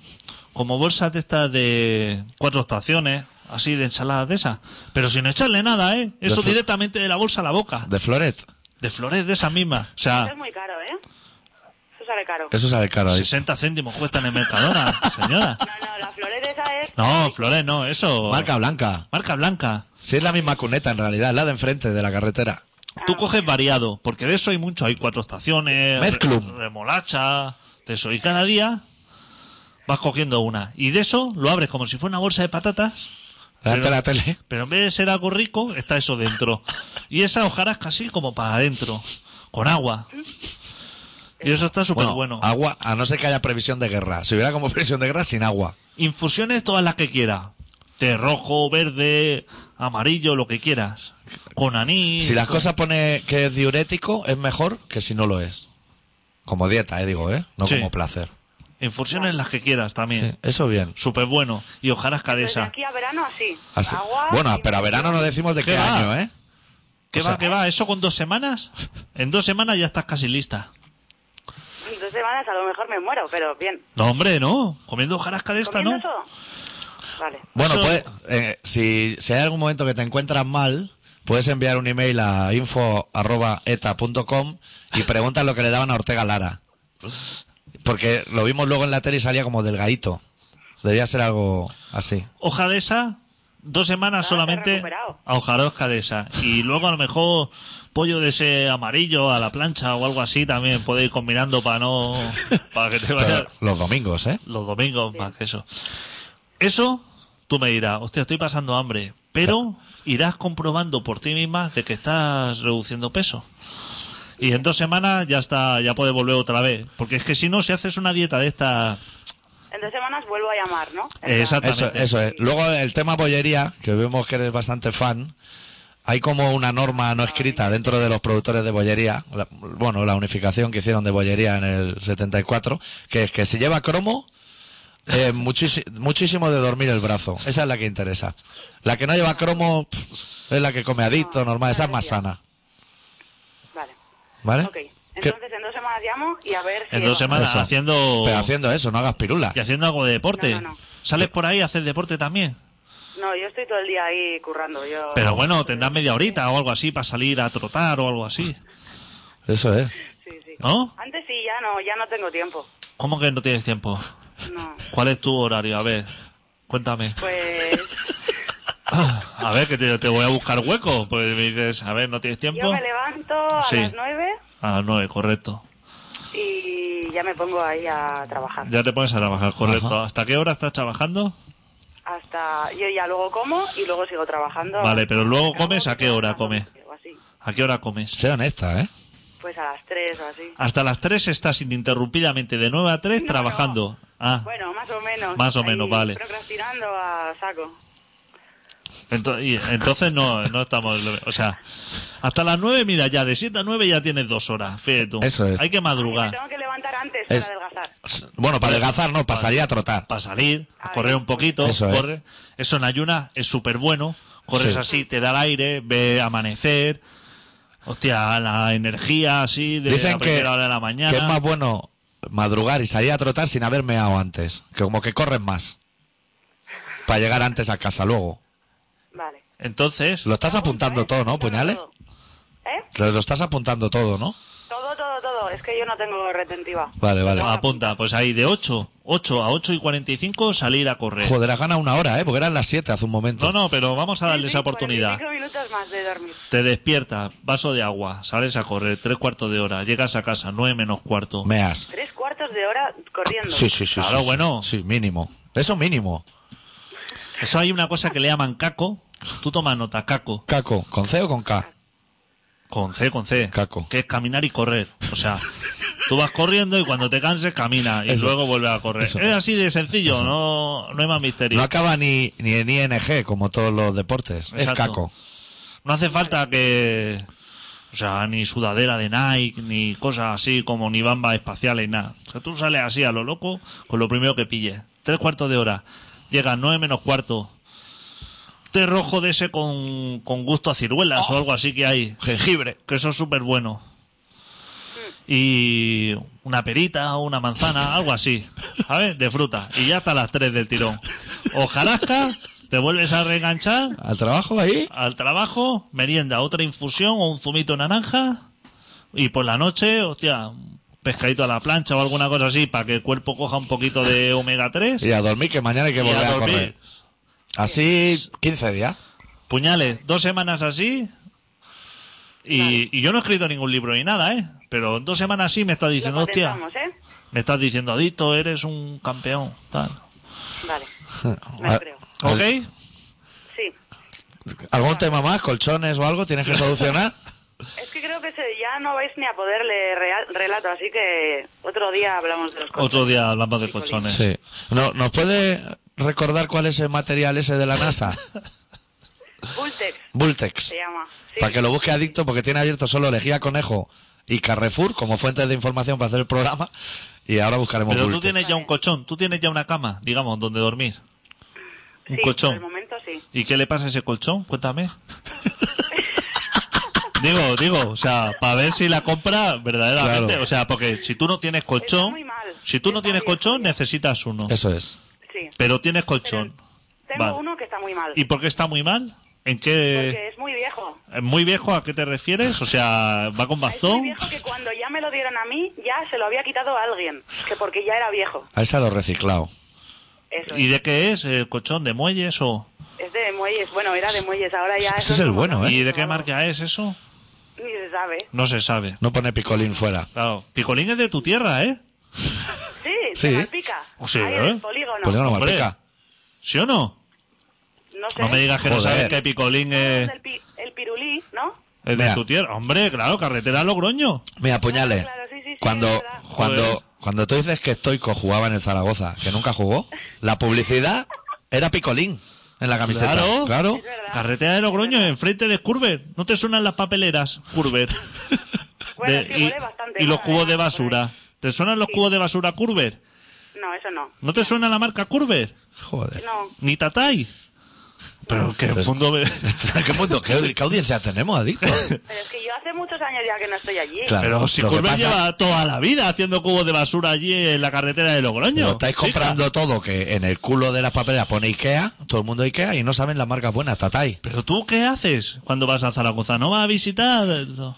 S2: como bolsas de estas de cuatro estaciones, así de ensaladas de esas, pero sin echarle nada, ¿eh? Eso
S1: De fru-
S2: directamente de la bolsa a la boca.
S1: De floret.
S2: De flores de esas mismas. O
S3: Eso
S2: sea,
S3: es muy caro, ¿eh? Eso sale caro.
S1: Eso sale caro ahí.
S2: 60 céntimos cuestan en Mercadona, señora.
S3: No, no, la flores de esa es...
S2: No, flores no, eso.
S1: Marca blanca.
S2: Marca blanca.
S1: Si es la misma cuneta en realidad, es la de enfrente de la carretera.
S2: Tú coges variado, porque de eso hay mucho. Hay cuatro estaciones, re-
S1: Mezclum.
S2: remolacha, de eso. Y cada día vas cogiendo una. Y de eso lo abres como si fuera una bolsa de patatas.
S1: Delante de
S2: Pero-
S1: la tele.
S2: Pero en vez de ser algo rico, está eso dentro. Y esa hojarasca así como para adentro, con agua. Y eso está súper bueno.
S1: agua, a no ser que haya previsión de guerra. Si hubiera como previsión de guerra, sin agua.
S2: Infusiones todas las que quieras. De rojo, verde, amarillo, lo que quieras. Con anís.
S1: Si las cosas pone que es diurético, es mejor que si no lo es. Como dieta, eh, digo, ¿eh? No
S2: Sí.
S1: como placer.
S2: Infusiones las que quieras también.
S1: Eso bien.
S2: Súper bueno. Y hojarasca de
S3: Desde
S2: esa.
S3: Pues aquí a verano así.
S1: Así-
S3: Agua
S1: Bueno,
S3: y-
S1: pero a verano no decimos de qué,
S2: ¿Qué va?
S1: año, ¿eh?
S2: ¿Qué
S1: o
S2: va,
S1: sea-
S2: qué va? ¿Eso con dos semanas? En dos semanas ya estás casi lista.
S3: En dos semanas a lo mejor me muero, pero bien.
S2: No, hombre, no. Comiendo hojarasca de esta,
S3: ¿Comiendo
S2: ¿no?
S3: todo? Vale.
S1: Bueno,
S2: Eso-
S1: pues, eh, si, si hay algún momento que te encuentras mal, puedes enviar un email a info.eta.com y preguntas lo que le daban a Ortega Lara. Porque lo vimos luego en la tele y salía como delgadito. Debía ser algo así.
S2: hoja de esa, dos semanas
S3: Ah, te has
S2: solamente
S3: recuperado.
S2: a hojarasca de esa. Y luego a lo mejor pollo de ese amarillo a la plancha o algo así también podéis ir combinando para no. para que te vaya
S1: Pero los domingos, ¿eh?
S2: los domingos más que eso. Eso, tú me dirás, hostia, estoy pasando hambre, pero irás comprobando por ti misma de que estás reduciendo peso. Y en dos semanas ya está, ya puedes volver otra vez. Porque es que si no, si haces una dieta de esta,
S3: En dos semanas vuelvo a llamar, ¿no?
S2: Eh, exacto.
S1: Eso,
S2: Exactamente.
S1: eso es. Luego el tema bollería, que vemos que eres bastante fan, hay como una norma no escrita dentro de los productores de bollería, la- bueno, la unificación que hicieron de bollería en el 74, que es que si lleva cromo, eh, muchisi- muchísimo de dormir el brazo. Esa es la que interesa. La que no lleva cromo pff, es la que come adicto, normal, esa es más sana.
S3: Vale.
S1: ¿Vale?
S3: Ok.
S1: Que-
S3: Entonces en dos semanas llamo y a ver si...
S2: ¿Eh? en dos semanas,
S1: Eso.
S2: haciendo.
S1: pero haciendo eso, no hagas pirula.
S2: Y haciendo algo de deporte.
S3: No, no, no.
S2: Sales por ahí a hacer deporte también.
S3: No, yo estoy todo el día ahí currando. Yo...
S2: Pero bueno, tendrás media horita o algo así para salir a trotar o algo así.
S1: Eso es.
S3: Sí, sí.
S2: ¿No?
S3: Antes sí, ya no, ya no tengo tiempo.
S2: ¿Cómo que no tienes tiempo?
S3: No.
S2: ¿Cuál es tu horario? A ver, cuéntame.
S3: Pues
S2: A ver, que te, te voy a buscar hueco. Pues me dices, a ver, ¿no tienes
S3: yo
S2: tiempo?
S3: me levanto a
S2: Sí.
S3: las nueve
S2: A las nueve, correcto.
S3: y ya me pongo ahí a trabajar.
S2: Ya te pones a trabajar, correcto. ¿Hasta qué hora estás trabajando?
S3: Hasta yo ya luego como y luego sigo trabajando.
S2: Vale, pero luego comes, ¿a qué hora comes?
S3: O así.
S2: ¿A qué hora comes?
S1: Sea honesta, ¿eh?
S3: Pues a las tres o así.
S2: Hasta las tres estás ininterrumpidamente de nueve a tres
S3: No,
S2: trabajando. Ah,
S3: Bueno, más o menos.
S2: Más o menos,
S3: Ahí
S2: vale.
S3: Procrastinando a saco.
S2: Ento- y- entonces no, no estamos. O sea, hasta las 9, mira, ya de 7 a 9 ya tienes dos horas. Fíjate tú.
S1: Eso es.
S2: Hay que
S3: Me
S2: madrugar
S3: tengo que levantar antes
S1: Es-
S3: para adelgazar.
S1: Bueno, para adelgazar no, pasaría a trotar.
S2: para salir, a correr un poquito.
S1: Eso es.
S2: corre. Eso en ayunas es súper bueno. Corres
S1: Sí.
S2: así, te da el aire, ve amanecer. Hostia, la energía así de la
S1: Dicen que,
S2: primera hora de la mañana.
S1: que es más bueno madrugar y salir a trotar sin haber meado antes. Que como que corren más. Para llegar antes a casa luego.
S3: Vale.
S2: Entonces,
S1: Lo estás apuntando todo, ¿no, puñales?
S3: Todo. ¿Eh?
S1: Lo lo estás apuntando todo, ¿no?
S3: Todo, todo, todo. Es que yo no tengo retentiva.
S1: Vale, vale.
S2: apunta, pues ahí de 8, 8 a 8 y 45 salir a correr.
S1: Joder, has ganado una hora, ¿eh? Porque eran las 7 hace un momento.
S2: No, no, pero vamos a darle
S3: Sí,
S2: esa
S3: sí,
S2: oportunidad.
S3: 45 minutos más de dormir.
S2: Te despiertas, vaso de agua, sales a correr, tres cuartos de hora, llegas a casa, nueve menos cuarto.
S1: Meas.
S3: Tres cuartos de hora corriendo.
S1: Sí, sí, sí.
S2: Claro,
S1: sí, sí.
S2: bueno.
S1: Sí, mínimo. Eso mínimo.
S2: Eso hay una cosa que le llaman caco. Tú tomas nota, caco.
S1: Caco, ¿con C o con K?
S2: Con C, con C.
S1: Caco.
S2: Que es caminar y correr. O sea, tú vas corriendo y cuando te canses camina y
S1: Eso.
S2: luego vuelves a correr.
S1: Eso.
S2: Es así de sencillo, no, no hay más misterio.
S1: No
S2: No,
S1: acaba ni, ni en ING, como todos los deportes. Es
S2: Exacto.
S1: caco.
S2: hace falta que... O sea, ni sudadera de Nike, ni cosas así como ni bambas espaciales, nada. O sea, tú sales así a lo loco con lo primero que pilles. Tres cuartos de hora. Llegas nueve menos cuarto. Té rojo de ese con, con gusto a ciruelas o algo así que hay.
S1: Jengibre.
S2: que eso es súper bueno. Y una perita o una manzana, algo así, ¿sabes? De fruta. Y ya hasta las 3 del tirón. Hojarasca, te vuelves a reenganchar
S1: ¿Al trabajo ahí?
S2: al trabajo, merienda, otra infusión o un zumito de naranja Y por la noche, hostia, pescadito a la plancha o alguna cosa así para que el cuerpo coja un poquito de omega 3.
S1: Y a dormir, que mañana hay que
S2: Y
S1: volver
S2: a
S1: a,
S2: dormir.
S1: correr. Así, 15 días.
S2: Puñales, dos semanas así. Y, y yo no he escrito ningún libro ni nada, ¿eh? Pero dos semanas así me estás diciendo,
S3: Lo
S2: hostia,
S3: contestamos, ¿eh?
S2: me estás diciendo, adicto, eres un campeón, tal.
S3: Vale. Me lo creo.
S2: ¿Ok?
S3: Sí.
S1: ¿Algún tema más? ¿Colchones o algo? ¿Tienes que solucionar?
S3: Es que creo que se- ya no vais ni a poder leer rea- relato, así que otro día hablamos de los cosas.
S2: Otro día hablamos de colchones.
S1: sí. No, ¿Nos puede recordar cuál es el material ese de la NASA?
S3: Bultex
S1: Vultex.
S3: se llama. Sí.
S1: Para que lo busque adicto, porque tiene abierto solo Lejía Conejo y Carrefour como fuentes de información para hacer el programa. Y ahora buscaremos
S2: Pero tú
S1: Vultex.
S2: tienes ya un colchón, tú tienes ya una cama, digamos, donde dormir. Un
S3: Sí, Por el
S2: colchón.
S3: momento sí.
S2: ¿Y qué le pasa a ese colchón? Cuéntame. digo, digo, o sea, para ver si la compra verdaderamente.
S1: Claro.
S2: O sea, porque si tú no tienes
S3: Está
S2: colchón,
S3: muy mal.
S2: si tú no
S3: Está
S2: tienes
S3: bien,
S2: colchón,
S3: está bien.
S2: necesitas uno.
S1: Eso es.
S3: Sí.
S2: Pero tienes colchón.
S3: Tengo
S2: Vale.
S3: uno que está muy mal.
S2: ¿Y eh, por qué está muy mal? ¿En qué?
S3: Porque es muy viejo.
S2: ¿Muy viejo a qué te refieres? O sea, ¿va con
S3: Es muy
S2: bastón?
S3: viejo que cuando ya me lo dieron a mí, ya se lo había quitado a alguien. Que porque ya era viejo.
S1: A esa lo reciclado.
S3: Eso
S2: ¿Y
S3: es.
S2: de qué es? ¿El colchón de muelles o...?
S3: Es de muelles. Bueno, era de muelles. Ahora ya.
S1: Ese
S2: Este
S3: eso
S1: es el
S3: como-
S1: bueno, ¿eh?
S2: ¿Y de qué marca es eso?
S3: Ni se sabe.
S2: No se sabe.
S1: No pone picolín fuera.
S2: Claro. Picolín es de tu tierra, ¿eh?
S3: Sí,
S1: Sí.
S3: se Malpica.
S2: Sí,
S3: Ahí en el
S2: ¿eh?
S3: polígono.
S1: Polígono
S2: Hombre.
S1: Malpica.
S2: ¿Sí o no?
S3: No sé.
S2: No me digas que no
S1: Joder.
S2: sabes que Picolín es,
S3: El, pi- el pirulí, ¿no?
S2: es de
S1: Mira.
S2: tu tierra. Hombre, claro, carretera Logroño.
S1: Mira, puñales.
S3: Claro, claro, sí, sí, sí,
S1: cuando,
S3: es verdad.
S1: cuando,
S2: Joder.
S1: cuando tú dices que Stoico jugaba en el Zaragoza, que nunca jugó, la publicidad era picolín en la camiseta.
S2: Claro.
S1: Claro.
S3: verdad.
S2: Carretera de Logroño, enfrente de Curver. ¿No te suenan las papeleras, Curver?
S3: Bueno,
S2: De-
S3: sí, huele bastante
S2: y, y los
S3: mal, ¿eh?
S2: cubos de
S3: además,
S2: basura. ¿Te suenan los cubos de basura Curver?
S3: No, eso no.
S2: ¿No te suena la marca Curver?
S1: Joder.
S3: No.
S2: ¿Ni Tatay? Pero qué
S1: Pues-
S2: mundo... ve-
S1: ¿Qué, mundo, qué, qué audiencia tenemos, adicto?
S3: Pero es que yo hace muchos años ya que no estoy allí.
S1: Claro.
S2: Pero si
S1: lo que
S2: Curver
S1: pasa-
S2: lleva toda la vida haciendo cubos de basura allí en la carretera de Logroño.
S1: Lo estáis
S2: chica.
S1: comprando todo, que en el culo de las papeleras pone Ikea, todo el mundo Ikea, y no saben las marcas buenas, Tatay.
S2: ¿Pero tú qué haces cuando vas a Zaragoza? ¿No vas a visitar lo,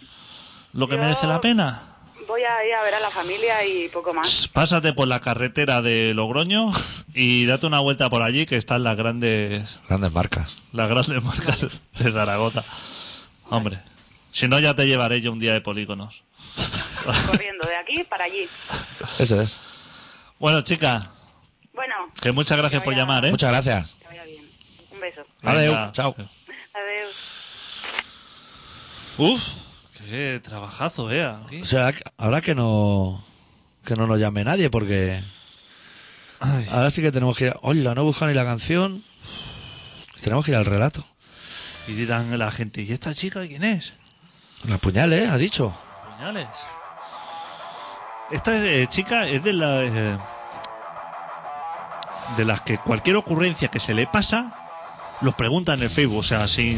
S2: lo que
S3: Yo-
S2: merece la pena?
S3: Voy a ir a ver a la familia y poco más.
S2: Pásate por la carretera de Logroño y date una vuelta por allí que están las grandes
S1: Grandes marcas.
S2: las grandes marcas de Zaragoza. Hombre, si no ya te llevaré yo un día de polígonos.
S3: Corriendo de aquí para allí.
S1: Eso es.
S2: Bueno, chicas,
S3: Bueno,
S2: que muchas gracias por llamar, ¿eh?
S1: Muchas gracias.
S3: que vaya bien. Un beso.
S1: Adeu.
S2: Venga.
S1: Chao.
S3: Adiós.
S2: Uf, qué trabajazo, ¿eh? Aquí.
S1: O sea, ahora que no que no nos llame nadie porque
S2: Ay.
S1: ahora sí que tenemos que ir, hola, no buscan ni la canción. Tenemos que ir al relato.
S2: Y dirán la gente, ¿y esta chica quién es?
S1: La puñal, ¿eh? Ha dicho.
S2: Puñales. Esta eh, chica es de la eh, de las que cualquier ocurrencia que se le pasa los pregunta en el Facebook, o sea, sin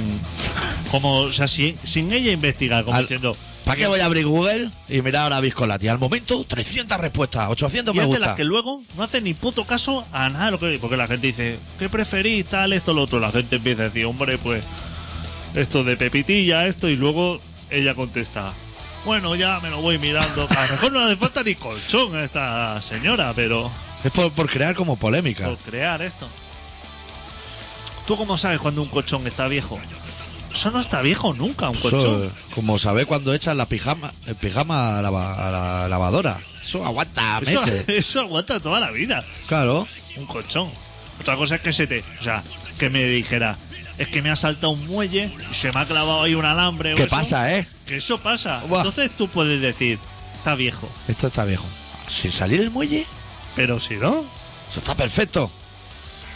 S2: como o sea, sin, sin ella investigar, como
S1: Al-
S2: diciendo,
S1: ¿Para qué voy a abrir Google y mirar ahora Biscolati? Al momento 300 respuestas, 800
S2: y
S1: me
S2: es de
S1: gusta.
S2: este las que luego no hace ni puto caso a nada de lo que porque la gente dice, ¿qué preferís? Tal, esto, lo otro. La gente empieza a decir, hombre, pues esto de Pepitilla, esto, y luego ella contesta, bueno, ya me lo voy mirando. A lo mejor no hace falta ni colchón a esta señora, pero
S1: Es por, por crear como polémica.
S2: por crear esto. ¿Tú cómo sabes cuando un colchón está viejo? Eso no está viejo nunca, un colchón.
S1: Eso, como sabe cuando echan la pijama, el pijama a la, va- a la lavadora. Eso aguanta
S2: Eso,
S1: meses.
S2: eso aguanta toda la vida,
S1: Claro.
S2: un colchón. Otra cosa es que se te. O sea, que me dijera, es que me ha saltado un muelle y se me ha clavado ahí un alambre. o
S1: ¿Qué
S2: eso".
S1: pasa, eh?
S2: Que eso pasa.
S1: Buah.
S2: Entonces tú puedes decir, está viejo.
S1: Esto está viejo. Sin salir el muelle,
S2: Pero si no,
S1: eso está perfecto.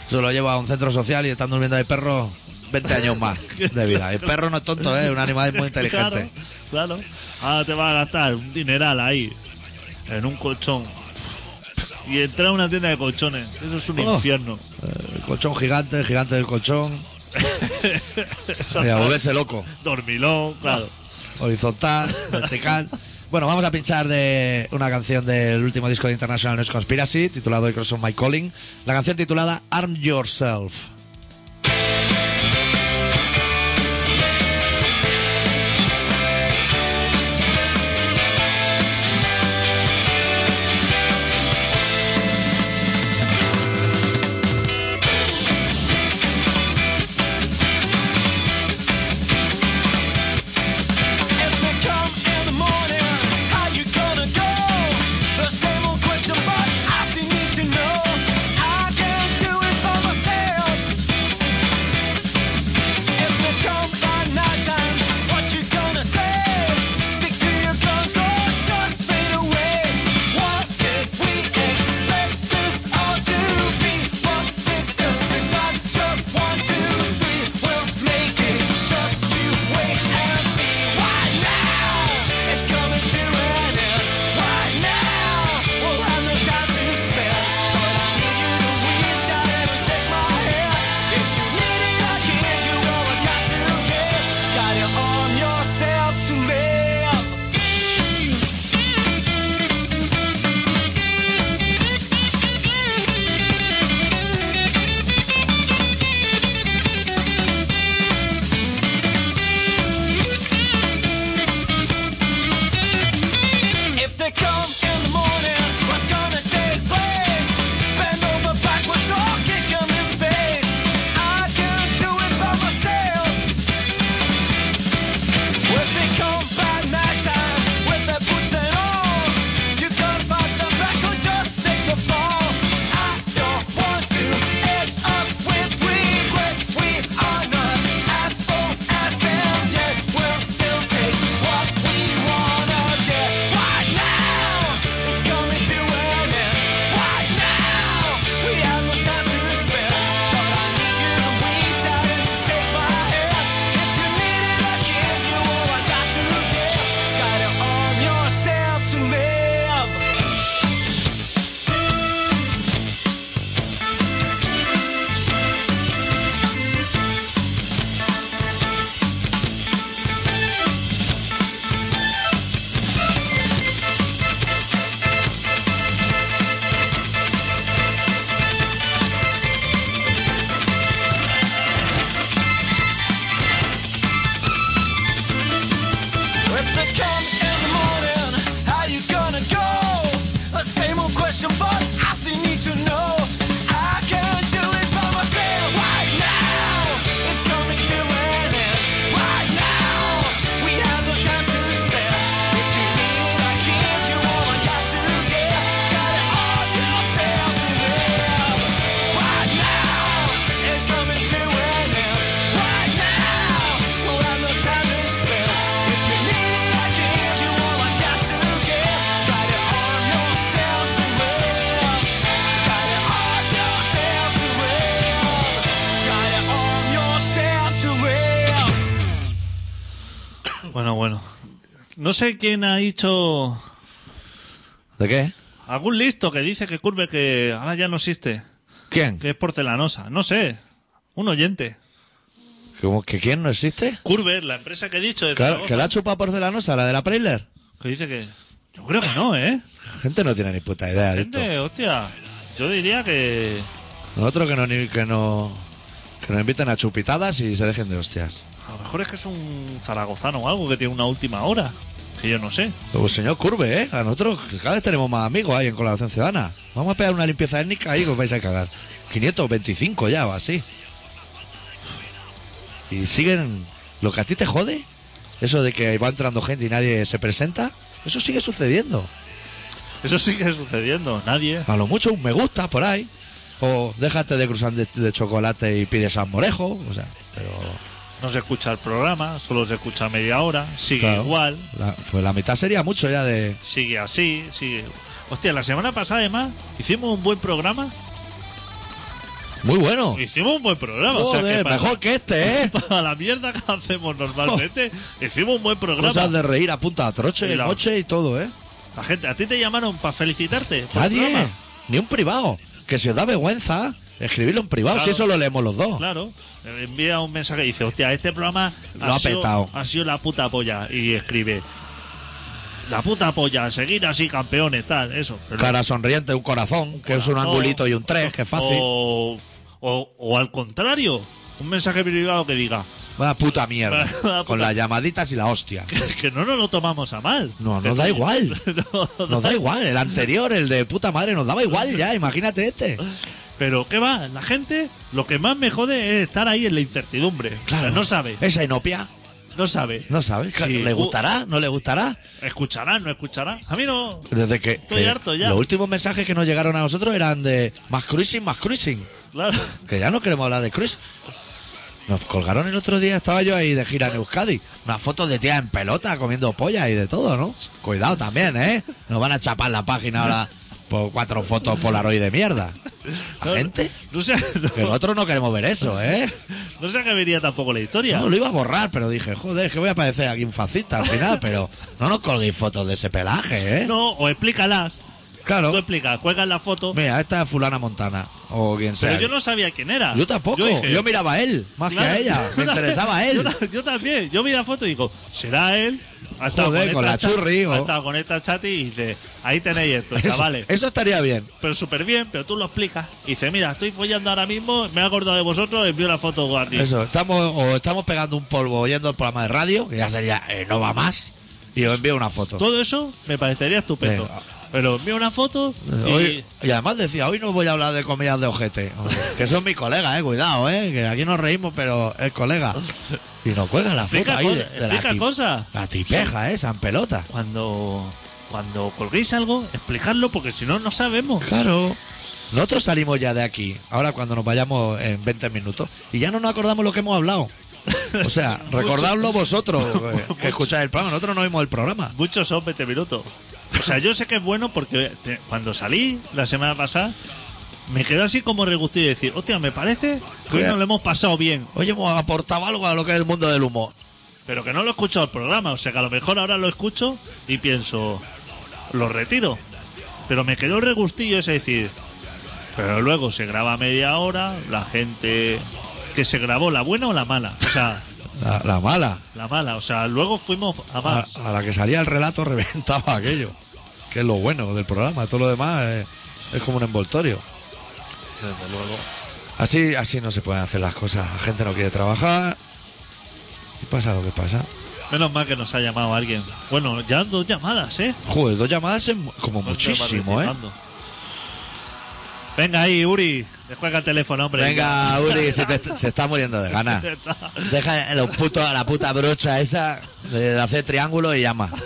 S1: Eso lo lleva a un centro social y están durmiendo de perro 20 años más de vida. El perro no es tonto, eh, es un animal muy inteligente.
S2: Claro, claro. Ahora te vas a gastar un dineral ahí, en un colchón. Y entrar a una tienda de colchones, eso es un
S1: Oh.
S2: infierno.
S1: El colchón gigante, el gigante del colchón. Y a volverse loco.
S2: Dormilón, claro.
S1: Horizontal, vertical. Bueno, vamos a pinchar de una canción del último disco de International News Conspiracy, titulado Cross on My Calling. La canción titulada Arm Yourself.
S4: Arm
S2: Bueno, bueno. No sé quién ha dicho.
S1: ¿De qué?
S2: Algún listo que dice que curve que ahora ya no existe.
S1: ¿Quién?
S2: Que es porcelanosa. No sé. Un oyente.
S1: ¿Cómo que quién no existe?
S2: Curver, la empresa que he dicho. de
S1: Claro,
S2: Zaragoza,
S1: que la chupa porcelanosa, la de la Prailer.
S2: que dice que. Yo creo que no, ¿eh?
S1: Gente no tiene ni puta idea de esto.
S2: Gente, hostia. Yo diría que.
S1: Nosotros que no, ni- que no que nos inviten a chupitadas y se dejen de hostias.
S2: A lo mejor es que es un zaragozano o algo que tiene una última hora. Que yo no sé.
S1: Pues señor Curve, ¿eh? A nosotros cada vez tenemos más amigos ahí en Colaboración Ciudadana. Vamos a pegar una limpieza étnica ahí que os vais a cagar. 525 ya o así. Y siguen... Lo que a ti te jode, eso de que va entrando gente y nadie se presenta, eso sigue sucediendo.
S2: Eso sigue sucediendo. Nadie.
S1: A lo mucho un me gusta por ahí. O déjate de cruzar de, de chocolate y pides salmorejo. O sea, pero...
S2: No se escucha el programa, solo se escucha media hora. Sigue
S1: claro,
S2: igual.
S1: la- pues la mitad sería mucho ya de...
S2: sigue así, sigue. Hostia, la semana pasada además hicimos un buen programa.
S1: Muy bueno.
S2: Hicimos un buen programa. o sea
S1: Joder,
S2: que para,
S1: mejor que este, ¿eh?
S2: para la mierda que hacemos normalmente, hicimos un buen programa.
S1: Cosas de reír a punta de troche,
S2: Y la-
S1: noche y todo, ¿eh?
S2: La gente, a ti te llamaron para felicitarte. por el
S1: Nadie,
S2: programa?
S1: ni un privado. Que si os da vergüenza, escribirlo en privado,
S2: Claro.
S1: si eso lo leemos los dos.
S2: Claro. Eh, Envía un mensaje y dice, hostia, este programa
S1: Lo ha
S2: sido,
S1: petado.
S2: ha sido la puta polla. Y escribe. La puta polla, seguir así campeones, tal, eso. Pero-
S1: Cara sonriente, un corazón, que es un
S2: O-
S1: angulito y un tres, que es fácil.
S2: Oh. O, o- o al contrario, un mensaje privado que diga,
S1: Una puta mierda.
S2: Vaya puta-
S1: Con las llamaditas y la hostia.
S2: que, que no nos lo tomamos a mal.
S1: No,
S2: Que
S1: nos da
S2: sí.
S1: igual.
S2: No,
S1: Nos da igual, el anterior, el de puta madre, nos daba igual ya, imagínate este.
S2: Pero ¿qué va? La gente lo que más me jode es estar ahí en la incertidumbre. O sea, no sabe,
S1: Esa inopia,
S2: no sabe.
S1: no sabe.
S2: Sí.
S1: ¿Le gustará? ¿No le gustará?
S2: Escuchará, no escuchará. A mí no.
S1: Desde que,
S2: Estoy
S1: que
S2: harto ya.
S1: los últimos mensajes que nos llegaron a nosotros eran de más cruising, más cruising.
S2: Claro.
S1: Que ya no queremos hablar de Cruz. Nos colgaron el otro día, estaba yo ahí de gira en Euskadi. Una foto de tía en pelota comiendo polla y de todo, ¿no? Cuidado también, ¿eh? Nos van a chapar la página ahora por cuatro fotos Polaroid de mierda. ¿A gente?
S2: No sé,
S1: Que
S2: no,
S1: nosotros no queremos ver eso, ¿eh?
S2: no sé a qué vería tampoco la historia.
S1: No, lo iba a borrar, pero dije, joder, es que voy a parecer aquí un fascista al final, pero no nos colguéis fotos de ese pelaje, ¿eh?
S2: No, o explícalas. Tú
S1: Claro.
S2: explicas, cuelgas la foto.
S1: Mira, esta es fulana Montana, o quien sea.
S2: Pero yo no sabía quién era.
S1: Yo tampoco, yo,
S2: dije,
S1: miraba a él, más
S2: Claro.
S1: que a ella, me
S2: Yo también-
S1: interesaba a él.
S2: Yo, ta- yo también. Yo vi la foto y digo, ¿será él? Ha estado
S1: Joder, con la
S2: esta cha-
S1: churri, o-
S2: Ha estado con esta chati y dice, ahí tenéis esto,
S1: Eso- eh.
S2: chavales.
S1: Eso estaría bien.
S2: Pero súper bien, pero tú lo explicas. Y dice, mira, estoy follando ahora mismo, me he acordado de vosotros, envío la foto aquí.
S1: Eso, estamos, o estamos pegando un polvo oyendo el programa de radio, que ya sería eh, no va más, y os envío una foto.
S2: Todo eso me parecería estupendo.
S1: Venga.
S2: Pero envío una foto y...
S1: Hoy- y además decía, hoy no voy a hablar de comidas de ojete, Hombre, que son mis colegas, eh, cuidado, eh, que aquí nos reímos, pero es colega. Y nos cuelgan la foto
S2: Explica
S1: ahí de,
S2: cosas,
S1: de la,
S2: explica
S1: tip-
S2: cosas.
S1: la tipeja, eh, San Pelota.
S2: Cuando... Cuando colguéis algo, explicadlo porque si no, no sabemos.
S1: Claro. Nosotros salimos ya de aquí, ahora cuando nos vayamos en 20 minutos, y ya no nos acordamos lo que hemos hablado. O sea, recordadlo vosotros eh, que escucháis el programa, nosotros no vimos el programa.
S2: Muchos son 20 minutos. O sea, yo sé que es bueno porque te- cuando salí la semana pasada, me quedé así como regustillo y decir, hostia, me parece que hoy nos lo hemos pasado bien,
S1: Oye, hemos aportado algo a lo que es el mundo del humor.
S2: pero que no lo he escuchado el programa. O sea, que a lo mejor ahora lo escucho y pienso, lo retiro. Pero me quedó el regustillo ese decir, pero luego se graba media hora, la gente que se grabó, la buena o la mala. O sea,
S1: La, la mala.
S2: la mala. O sea, luego fuimos a
S1: A,
S2: más.
S1: a la que salía el relato reventaba aquello. Que es lo bueno del programa. Todo lo demás es, es como un envoltorio.
S2: Desde luego.
S1: Así, así no se pueden hacer las cosas. La gente no quiere trabajar. Y pasa lo que pasa.
S2: Menos mal que nos ha llamado alguien. Bueno, ya dos llamadas, ¿eh?
S1: Joder, dos llamadas es mu- como
S2: Cuánto
S1: muchísimo, ¿eh?
S2: participando. Venga ahí, Uri. Descuelga el teléfono, hombre.
S1: Venga, Uri, se, te- se está muriendo de ganas. Deja los putos, la puta brocha esa de hacer triángulo y llama.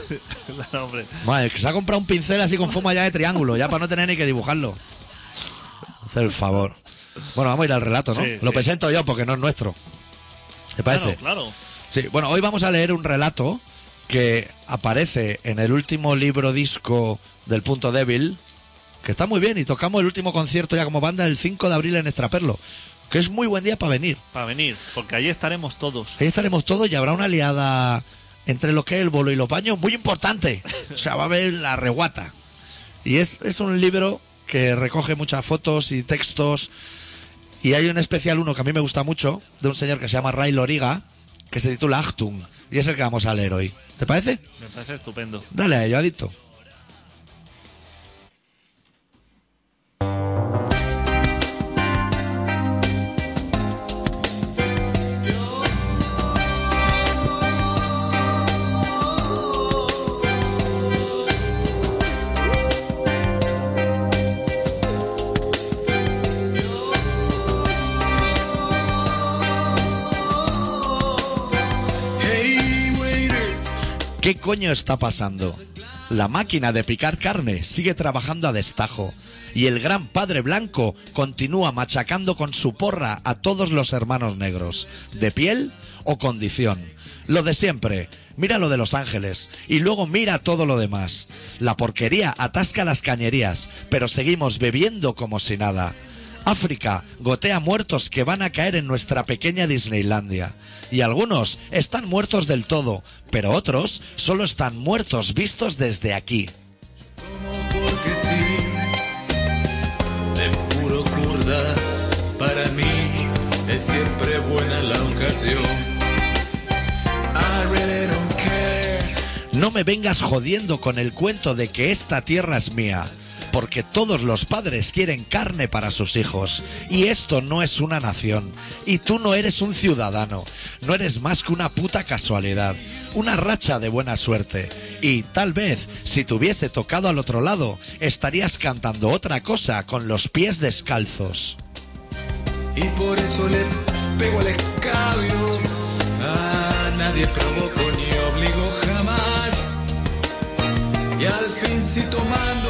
S2: Claro, hombre.
S1: Madre, que se ha comprado un pincel así con forma ya de triángulo, ya para no tener ni que dibujarlo. Hacer el favor. Bueno, vamos a ir al relato, ¿no?
S2: Sí,
S1: Lo
S2: sí.
S1: presento yo porque no es nuestro. ¿Te parece?
S2: Claro, claro.
S1: Sí, bueno, hoy vamos a leer un relato que aparece en el último libro disco del Punto Débil, que está muy bien, y tocamos el último concierto ya como banda el 5 de abril en Estraperlo, que es muy buen día para venir.
S2: Para venir, porque ahí estaremos todos.
S1: Ahí estaremos todos y habrá una liada entre lo que es el bolo y los baños muy importante. O sea, va a haber la reguata. Y es, es un libro que recoge muchas fotos y textos. Y hay un especial uno que a mí me gusta mucho, de un señor que se llama Ray Loriga, que se titula Actum. Y es el que vamos a leer hoy. ¿Te parece?
S2: Me parece estupendo.
S1: Dale a ello, adicto.
S4: Hey waiter,
S1: ¿Qué coño está pasando? La máquina de picar carne sigue trabajando a destajo y el gran padre blanco continúa machacando con su porra a todos los hermanos negros, de piel o condición. Lo de siempre, mira lo de Los Ángeles y luego mira todo lo demás. La porquería atasca las cañerías, pero seguimos bebiendo como si nada. África gotea muertos que van a caer en nuestra pequeña Disneylandia. Y algunos están muertos del todo, pero otros solo están muertos vistos desde aquí.
S4: como porque sí, de puro kurda, para mí es siempre buena la ocasión. I really don't care.
S1: No me vengas jodiendo con el cuento de que esta tierra es mía, porque todos los padres quieren carne para sus hijos, y esto no es una nación, y tú no eres un ciudadano, no eres más que una puta casualidad, una racha de buena suerte, y tal vez si te hubiese tocado al otro lado, estarías cantando otra cosa con los pies descalzos.
S4: Y por eso le pego al escabio. A nadie provoco ni obligo jamás. Y al fin si tomando,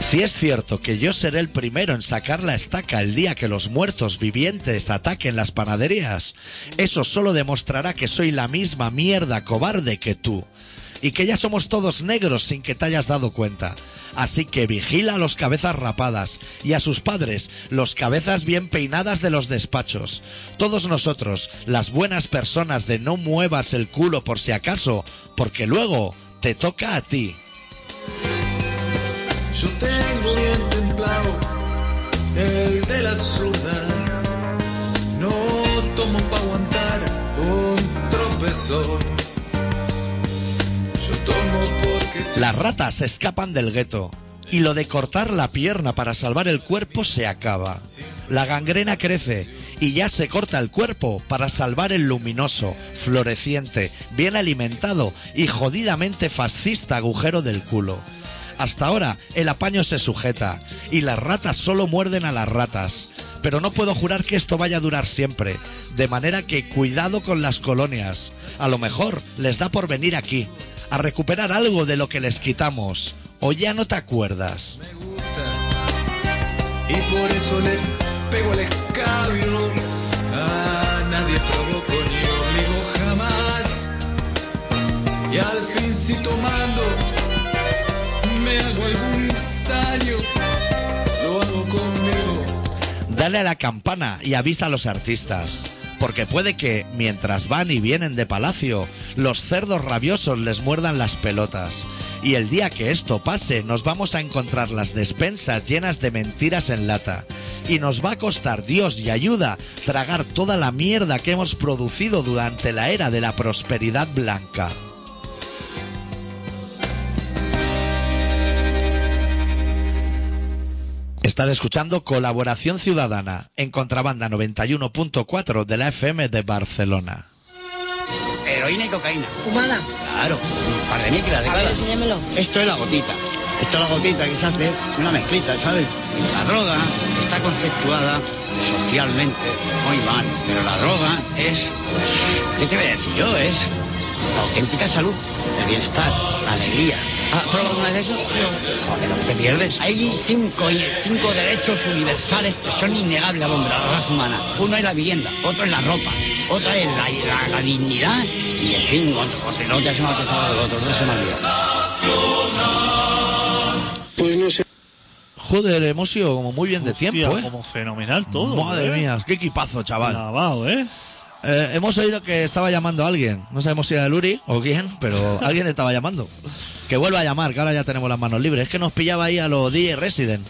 S1: Si es cierto que yo seré el primero en sacar la estaca el día que los muertos vivientes ataquen las panaderías, eso solo demostrará que soy la misma mierda cobarde que tú. Y que ya somos todos negros sin que te hayas dado cuenta. Así que vigila a los cabezas rapadas y a sus padres, los cabezas bien peinadas de los despachos. Todos nosotros, las buenas personas de no muevas el culo por si acaso, porque luego te toca a ti.
S4: yo tengo bien templado el de la zurda. No tomo para aguantar un tropezón. Yo tomo porque sí.
S1: Las ratas se escapan del gueto y lo de cortar la pierna para salvar el cuerpo se acaba. La gangrena crece y ya se corta el cuerpo para salvar el luminoso, floreciente, bien alimentado y jodidamente fascista agujero del culo. Hasta ahora el apaño se sujeta y las ratas solo muerden a las ratas. Pero no puedo jurar que esto vaya a durar siempre, de manera que cuidado con las colonias. A lo mejor les da por venir aquí, a recuperar algo de lo que les quitamos. O ya no te acuerdas.
S4: me gusta y por eso le pego al escabio. A nadie provoco ni obligo jamás. Y al fin si tomando me hago algún daño, lo hago conmigo.
S1: Dale a la campana y avisa a los artistas. Porque puede que, mientras van y vienen de palacio, los cerdos rabiosos les muerdan las pelotas. Y el día que esto pase, nos vamos a encontrar las despensas llenas de mentiras en lata. Y nos va a costar Dios y ayuda tragar toda la mierda que hemos producido durante la era de la prosperidad blanca. Estás escuchando Colaboración Ciudadana en Contrabanda 91.4 de la FM de Barcelona.
S5: Heroína y cocaína.
S6: Fumada.
S5: Claro. Un par de micras de
S6: A ver,
S5: cada.
S6: enséñamelo.
S5: Esto es la gotita. Esto es la gotita que se hace una mezclita, ¿sabes? La droga está conceptuada socialmente muy mal. Pero la droga es... pues, ¿Qué te voy a decir yo? Es la auténtica salud, el bienestar, la alegría. ¿Has probado alguna de eso? Joder, lo que te pierdes. Hay cinco, cinco derechos universales que son innegables a la raza humana. Uno es la vivienda, otro es la ropa, otra es la, la- la dignidad y, en fin, otro, otro, el otro ya se me ha pasado el otro, no se me ha olvidado.
S1: Joder, hemos ido como muy bien de
S2: Hostia,
S1: tiempo, ¿eh?
S2: Como fenomenal todo.
S1: Madre
S2: ¿eh?
S1: mía, qué equipazo, chaval.
S2: Clavado, ¿eh?
S1: Eh, hemos oído que estaba llamando a alguien. No sabemos si era el Uri o quién, pero alguien estaba llamando. Que vuelva a llamar, que ahora ya tenemos las manos libres. Es que nos pillaba ahí a los DJ Resident.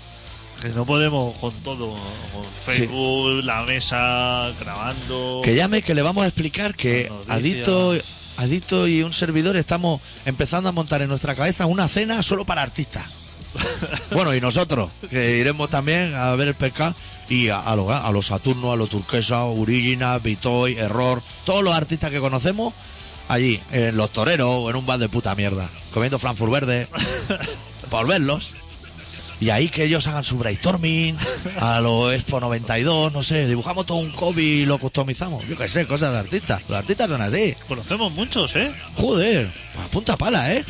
S2: Que no podemos con todo, con Facebook, la mesa, grabando.
S1: Que llame, que le vamos a explicar que
S2: Noticias.
S1: Adicto, Adicto y un servidor estamos empezando a montar en nuestra cabeza una cena solo para artistas. Bueno, y nosotros, que iremos también a ver el pescado y a, a los a los Saturno, a los Turquesa, Origina, Vitoy, Error, todos los artistas que conocemos allí, en los toreros o en un bar de puta mierda, comiendo Frankfurt Verde, para verlos. Y ahí que ellos hagan su brainstorming a los Expo 92, no sé, dibujamos todo un copy y lo customizamos. Yo qué sé, cosas de artistas. Los artistas son así.
S2: Conocemos muchos, ¿eh?
S1: Joder, a punta pala, ¿eh?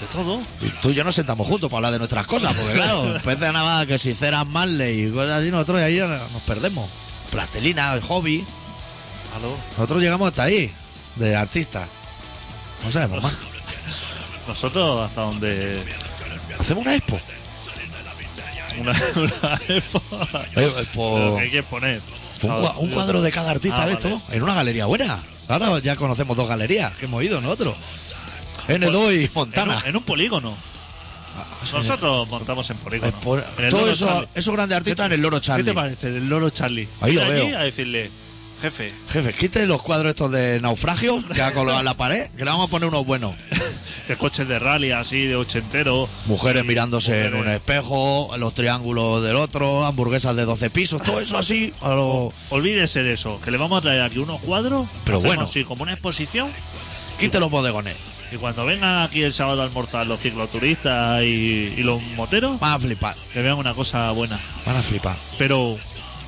S2: De todo.
S1: Y tú y yo nos sentamos juntos para hablar de nuestras cosas, porque claro, después de nada que si ceras Marley y cosas así, nosotros ahí nos perdemos. Plastelina, el hobby,
S2: Claro.
S1: nosotros llegamos hasta ahí, de artistas. No sabemos más.
S2: Nosotros hasta donde...
S1: Hacemos una expo.
S2: Una, una época-
S1: Eh, expo-
S2: Lo que hay que poner.
S1: Un, cua- un cuadro de cada artista
S2: Ah,
S1: de
S2: vale.
S1: esto en una galería buena. Ahora ya conocemos dos galerías que hemos ido nosotros. N2 y
S2: En
S1: Montana.
S2: un, en un polígono. Nosotros montamos en polígono.
S1: Es Eh, por-
S2: En el
S1: Todo
S2: Loro
S1: eso,
S2: Charlie.
S1: esos grandes artistas en el Loro
S2: ¿Qué
S1: Charlie.
S2: te parece del loro Charlie?
S1: Ahí
S2: Ir
S1: lo
S2: allí
S1: veo.
S2: a decirle, jefe,
S1: Jefe, quite los cuadros estos de naufragios que ha colgado en la pared, que le vamos a poner unos buenos.
S2: de coches de rally así, de ochentero.
S1: Mujeres
S2: Y
S1: mirándose en
S2: mujeres-
S1: un espejo, los triángulos del otro, hamburguesas de 12 pisos, todo eso así. a lo-
S2: Olvídese de eso, que le vamos a traer aquí unos cuadros.
S1: Pero
S2: hacemos
S1: bueno.
S2: Así, como una exposición.
S1: Quite los bodegones.
S2: Y cuando vengan aquí el sábado al mortal los cicloturistas y, y los moteros,
S1: Van a flipar,
S2: que vean una cosa buena.
S1: van a flipar.
S2: Pero,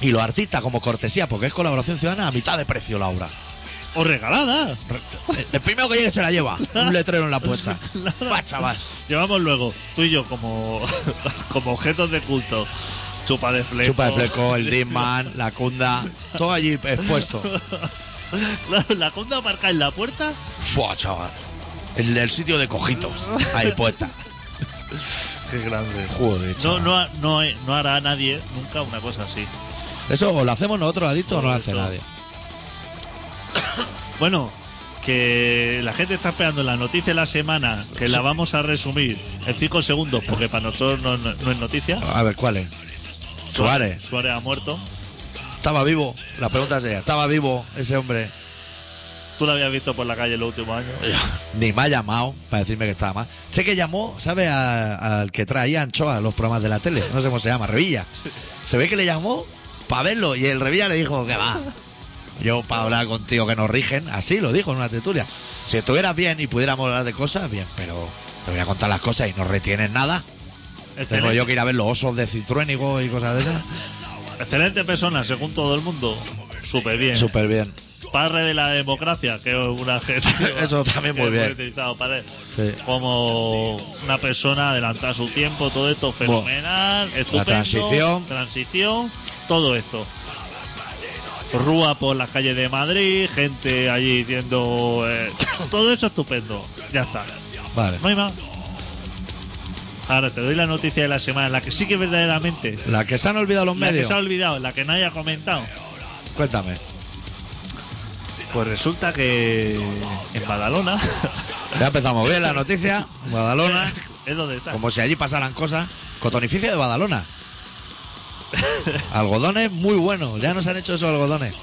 S1: Y los artistas como cortesía, porque es colaboración ciudadana a mitad de precio la obra.
S2: o regalada.
S1: El primero que llegue se la lleva. Un letrero en la puerta. Va, chaval.
S2: Llevamos luego, tú y yo, como, como objetos de culto. Chupa de fleco.
S1: Chupa de fleco, el Disman, la cunda, todo allí expuesto.
S2: Claro, la cunda aparca en la puerta
S1: Buah, chaval. El, el sitio de cojitos. Ahí puesta.
S2: Qué grande.
S1: Joder,
S2: No,
S1: chaval.
S2: no, ha- no, hay- no hará nadie nunca una cosa así.
S1: Eso o lo hacemos nosotros, adicto, o no lo hace
S2: Correcto.
S1: nadie.
S2: Bueno, que la gente está esperando la noticia de la semana, que la vamos a resumir en 5 segundos, porque para nosotros no, no- no es noticia.
S1: A ver, ¿cuál es? Suárez.
S2: Suárez ha muerto.
S1: Estaba vivo. La pregunta sería, ¿estaba vivo ese hombre?
S2: Tú lo habías visto por la calle los últimos años.
S1: Ni me ha llamado para decirme que estaba mal. Sé que llamó, ¿sabes? A- Al que traía anchoa a los programas de la tele. No sé cómo se llama, Revilla. Se ve que le llamó para verlo y el Revilla le dijo que va. Yo para hablar contigo que nos rigen, así lo dijo en una tertulia. Si estuvieras bien y pudiéramos hablar de cosas, bien, pero te voy a contar las cosas y no retienes nada. Tengo
S2: Excelente,
S1: yo que ir a ver los osos de citruénigo y cosas de esas.
S2: excelente persona, según todo el mundo. Súper bien.
S1: Súper bien.
S2: Padre de la democracia, que es una gente.
S1: Eso también muy bien. Sí.
S2: Como una persona adelantada a su tiempo, todo esto fenomenal, estupendo.
S1: transición.
S2: transición, todo esto. Rúa por las calles de Madrid, gente allí diciendo. eh, todo eso estupendo. Ya está.
S1: Vale.
S2: No hay más. Ahora te doy la noticia de la semana, la que sí que verdaderamente.
S1: La que se han olvidado los
S2: La que
S1: medios.
S2: se ha olvidado, la que nadie ha comentado.
S1: Cuéntame.
S2: Pues resulta que en Badalona
S1: Ya empezamos bien la noticia. Badalona.
S2: es donde está.
S1: Como si allí pasaran cosas. Cotonificio de Badalona. Algodones muy buenos. Ya nos han hecho esos algodones.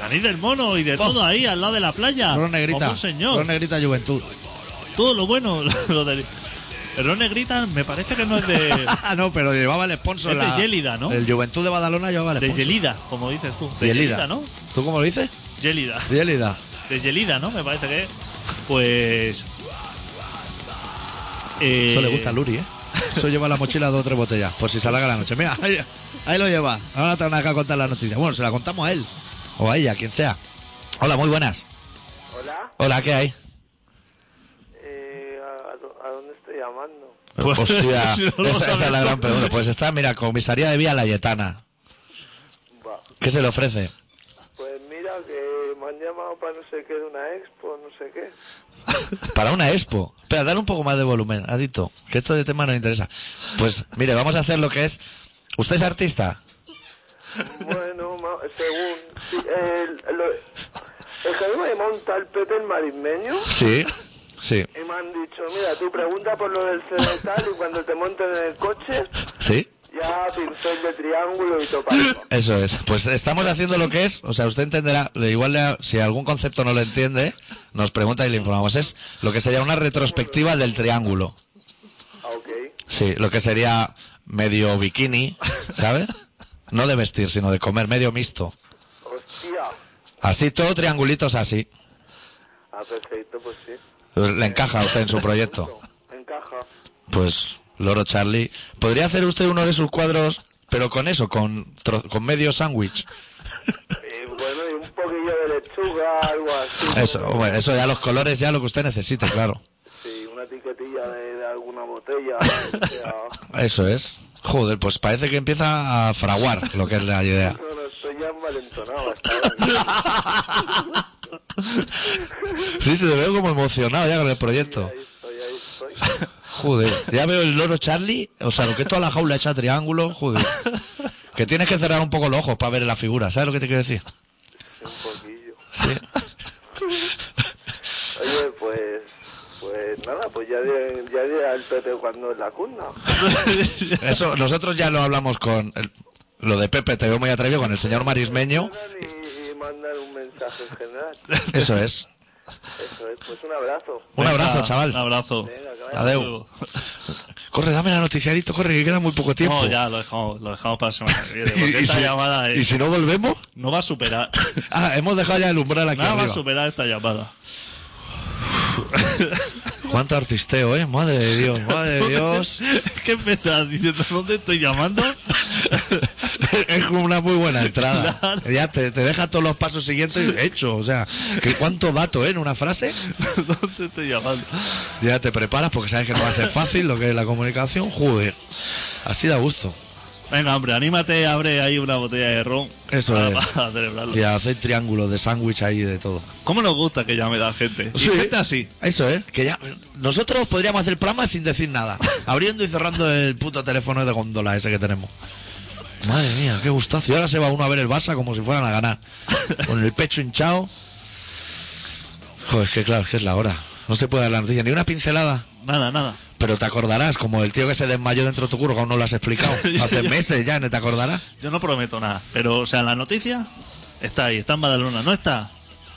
S2: Nariz del mono y de
S1: Po.
S2: todo ahí al lado de la playa.
S1: Ron
S2: Como
S1: Oh. Negrita.
S2: un Ah, señor.
S1: Ron Negrita Juventud.
S2: Todo lo bueno. Lo de... Ron Negrita me parece que no es de,
S1: Ah, no, pero llevaba el sponsor.
S2: Eh, Es de
S1: la-
S2: Yélida, ¿no?
S1: El Juventud de Badalona llevaba el
S2: de
S1: sponsor.
S2: Yelida, como dices tú. De
S1: Yelida.
S2: Yelida, ¿no?
S1: ¿Tú cómo lo dices?
S2: Yelida.
S1: Yelida.
S2: De Yelida, ¿no? Me parece que es. Pues. eh,
S1: Eso le gusta a Luri, ¿eh? Eso lleva en la mochila dos o tres botellas, por si se alarga la noche. Mira, ahí, ahí lo lleva. Ahora te van a contar la noticia. Bueno, se la contamos a él. O a ella, quien sea. Hola, muy buenas.
S6: Hola,
S1: Hola, ¿qué hay?
S6: eh, ¿a, a dó- a dónde estoy llamando?
S2: Pues,
S1: Hostia,
S2: no lo
S1: esa, esa es la
S2: sabemos.
S1: gran pregunta. Pues está, mira, comisaría de vía Layetana.
S6: Va.
S1: ¿Qué se le ofrece?
S6: Pues mira, que me han llamado para no sé qué de una expo, no sé qué.
S1: Para una expo. Espera, dale un poco más de volumen, adicto, que esto de tema nos interesa. Pues mire, vamos a hacer lo que es. ¿Usted es artista?
S6: Bueno, ma- según, El, lo- el que a mí me monta el Pepe el marismeño
S1: Sí, sí,
S6: y me han dicho, mira, tú pregunta por lo del ceretal y cuando te monten en el coche,
S1: sí.
S6: ya pincel de triángulo y topalco.
S1: Eso es. Pues estamos haciendo lo que es. O sea, usted entenderá. le- Igual le- si algún concepto no lo entiende, nos pregunta y le informamos. Es lo que sería una retrospectiva del triángulo.
S6: Ah, ok.
S1: Sí, lo que sería medio bikini, ¿sabes? No de vestir, sino de comer, medio mixto.
S6: Hostia.
S1: Así, todo triangulitos así.
S6: Ah, perfecto, pues sí.
S1: Le encaja a usted en su proyecto.
S6: Encaja.
S1: Pues, Loro Charlie. ¿Podría hacer usted uno de sus cuadros, pero con eso, con, tro- con medio sándwich?
S6: Y bueno, y un poquillo de lechuga, algo así.
S1: Eso, bueno, eso ya los colores, ya lo que usted necesite, claro.
S6: Sí, una etiquetilla de, de alguna botella. o sea,
S1: Eso es. Joder, pues parece que empieza a fraguar lo que es la idea.
S6: no, no, estoy ya envalentonado hasta ahora.
S1: Sí, se te veo como emocionado ya con el proyecto.
S6: Ahí estoy, ahí estoy.
S1: Joder, ya veo el loro Charlie, o sea, lo que es toda la jaula hecha triángulo, joder. Que tienes que cerrar un poco los ojos para ver la figura, ¿sabes lo que te quiero decir?
S6: Un poquillo.
S1: Sí.
S6: Oye, pues... Pues nada, pues ya diré, ya diré al Pepe cuando es la cuna.
S1: Eso, nosotros ya lo hablamos con el- lo de Pepe, te veo muy atrevido, con el señor Marismeño.
S6: Y, y mandan un mensaje en general.
S1: Eso es.
S6: Eso es, pues un abrazo.
S1: Un
S2: Venga,
S1: abrazo, chaval.
S2: Un abrazo.
S6: Venga, que vaya.
S1: Adeu. Corre, dame la noticiadito, corre, que queda muy poco tiempo.
S2: No, ya lo dejamos, lo dejamos para la semana que viene.
S1: Y-
S2: Porque
S1: y
S2: esta
S1: si-
S2: llamada es-
S1: ¿Y si no volvemos?
S2: no va a superar.
S1: Ah, hemos dejado ya el umbral aquí
S2: Nada va a
S1: arriba.
S2: superar esta llamada.
S1: Cuánto artisteo, ¿eh? Madre de Dios, madre de Dios.
S2: ¿Qué empezás diciendo? ¿Dónde estoy llamando?
S1: es como una muy buena entrada. Ya te, te deja todos los pasos siguientes hechos. O sea, que cuánto dato, ¿eh? En una frase.
S2: ¿Dónde estoy llamando?
S1: Ya te preparas porque sabes que no va a ser fácil lo que es la comunicación. Joder. Así da gusto.
S2: Venga, hombre, anímate, abre ahí una botella de ron.
S1: Eso
S2: para,
S1: es.
S2: para celebrarlo.
S1: Y hacer triángulos de sándwich ahí de todo.
S2: ¿Cómo nos gusta que llame la gente? Y
S1: Sí.
S2: gente así.
S1: Eso es. Que ya, nosotros podríamos hacer programa sin decir nada. Abriendo y cerrando el puto teléfono de góndola ese que tenemos. Madre mía, qué gustazo. Y ahora se va uno a ver el Barça como si fueran a ganar. Con el pecho hinchado. Joder, es que claro, es que es la hora. No se puede dar la noticia. Ni una pincelada.
S2: Nada, nada.
S1: Pero te acordarás, como el tío que se desmayó dentro de tu curro, que aún no lo has explicado. Hace meses ya, ¿no te acordarás?
S2: Yo no prometo nada. Pero, o sea, la noticia está ahí, está en Badalona, no está.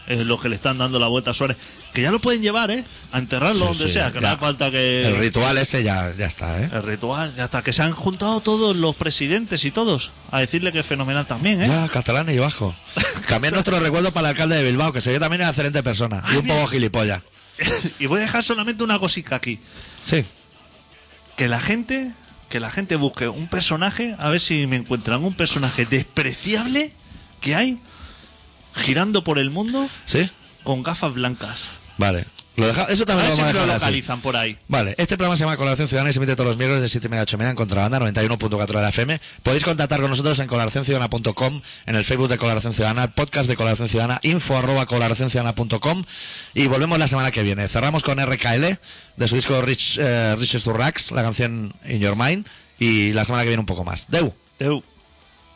S2: Es lo que le están dando la vuelta a Suárez. Que ya lo pueden llevar, ¿eh? A enterrarlo
S1: Sí,
S2: donde
S1: sí,
S2: sea, que no
S1: ya.
S2: hace falta que.
S1: El ritual ese ya, ya está, ¿eh?
S2: El ritual, hasta que se han juntado todos los presidentes y todos a decirle que es fenomenal también, ¿eh?
S1: Ya, catalanes y vascos. También nuestro recuerdo para el alcalde de Bilbao, que se ve también una excelente persona. Y un poco gilipollas.
S2: y voy a dejar solamente una cosita aquí.
S1: Sí.
S2: Que la gente, que la gente busque un personaje, a ver si me encuentran un personaje despreciable que hay girando por el mundo
S1: ¿Sí?
S2: con gafas blancas.
S1: Vale. Lo deja- Eso
S2: A
S1: también
S2: ver
S1: lo vamos
S2: si
S1: a
S2: me Ah, lo
S1: dejar así.
S2: localizan por ahí.
S1: Vale, este programa se llama Colaboración Ciudadana y se emite todos los miércoles de 7 y media a 8 y media en Contrabanda 91.4 de la FM. Podéis contactar con nosotros en colaboracionciudadana.com, en el Facebook de Colaboración Ciudadana, el podcast de Colaboración Ciudadana, info arroba colaboracionciudadana.com y volvemos la semana que viene. Cerramos con RKL de su disco Rich, eh, Riches to Racks, la canción In Your Mind, y la semana que viene un poco más. Deu.
S2: Eu.
S4: One,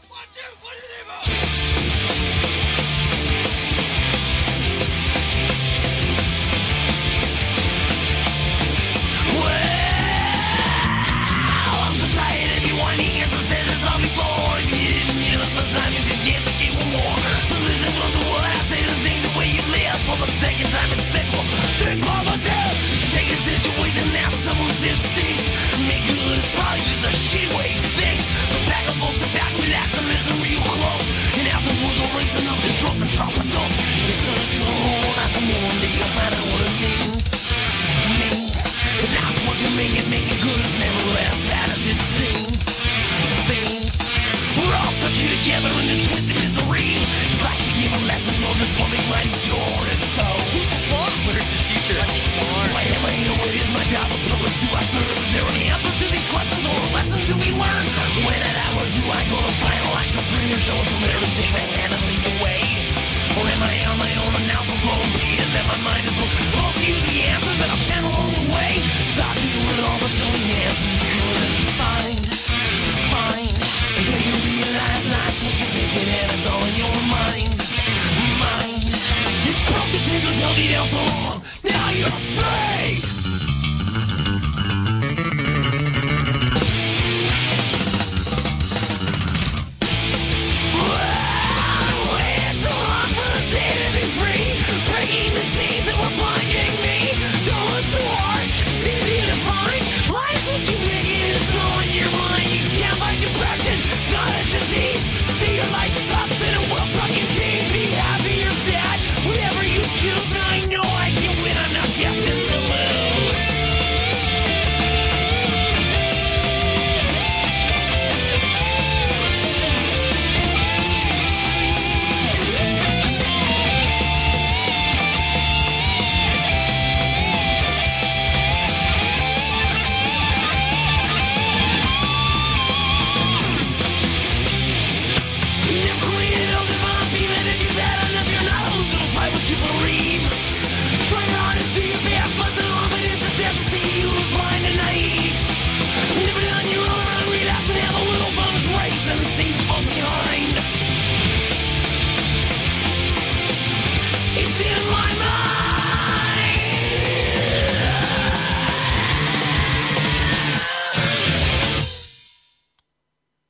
S4: two,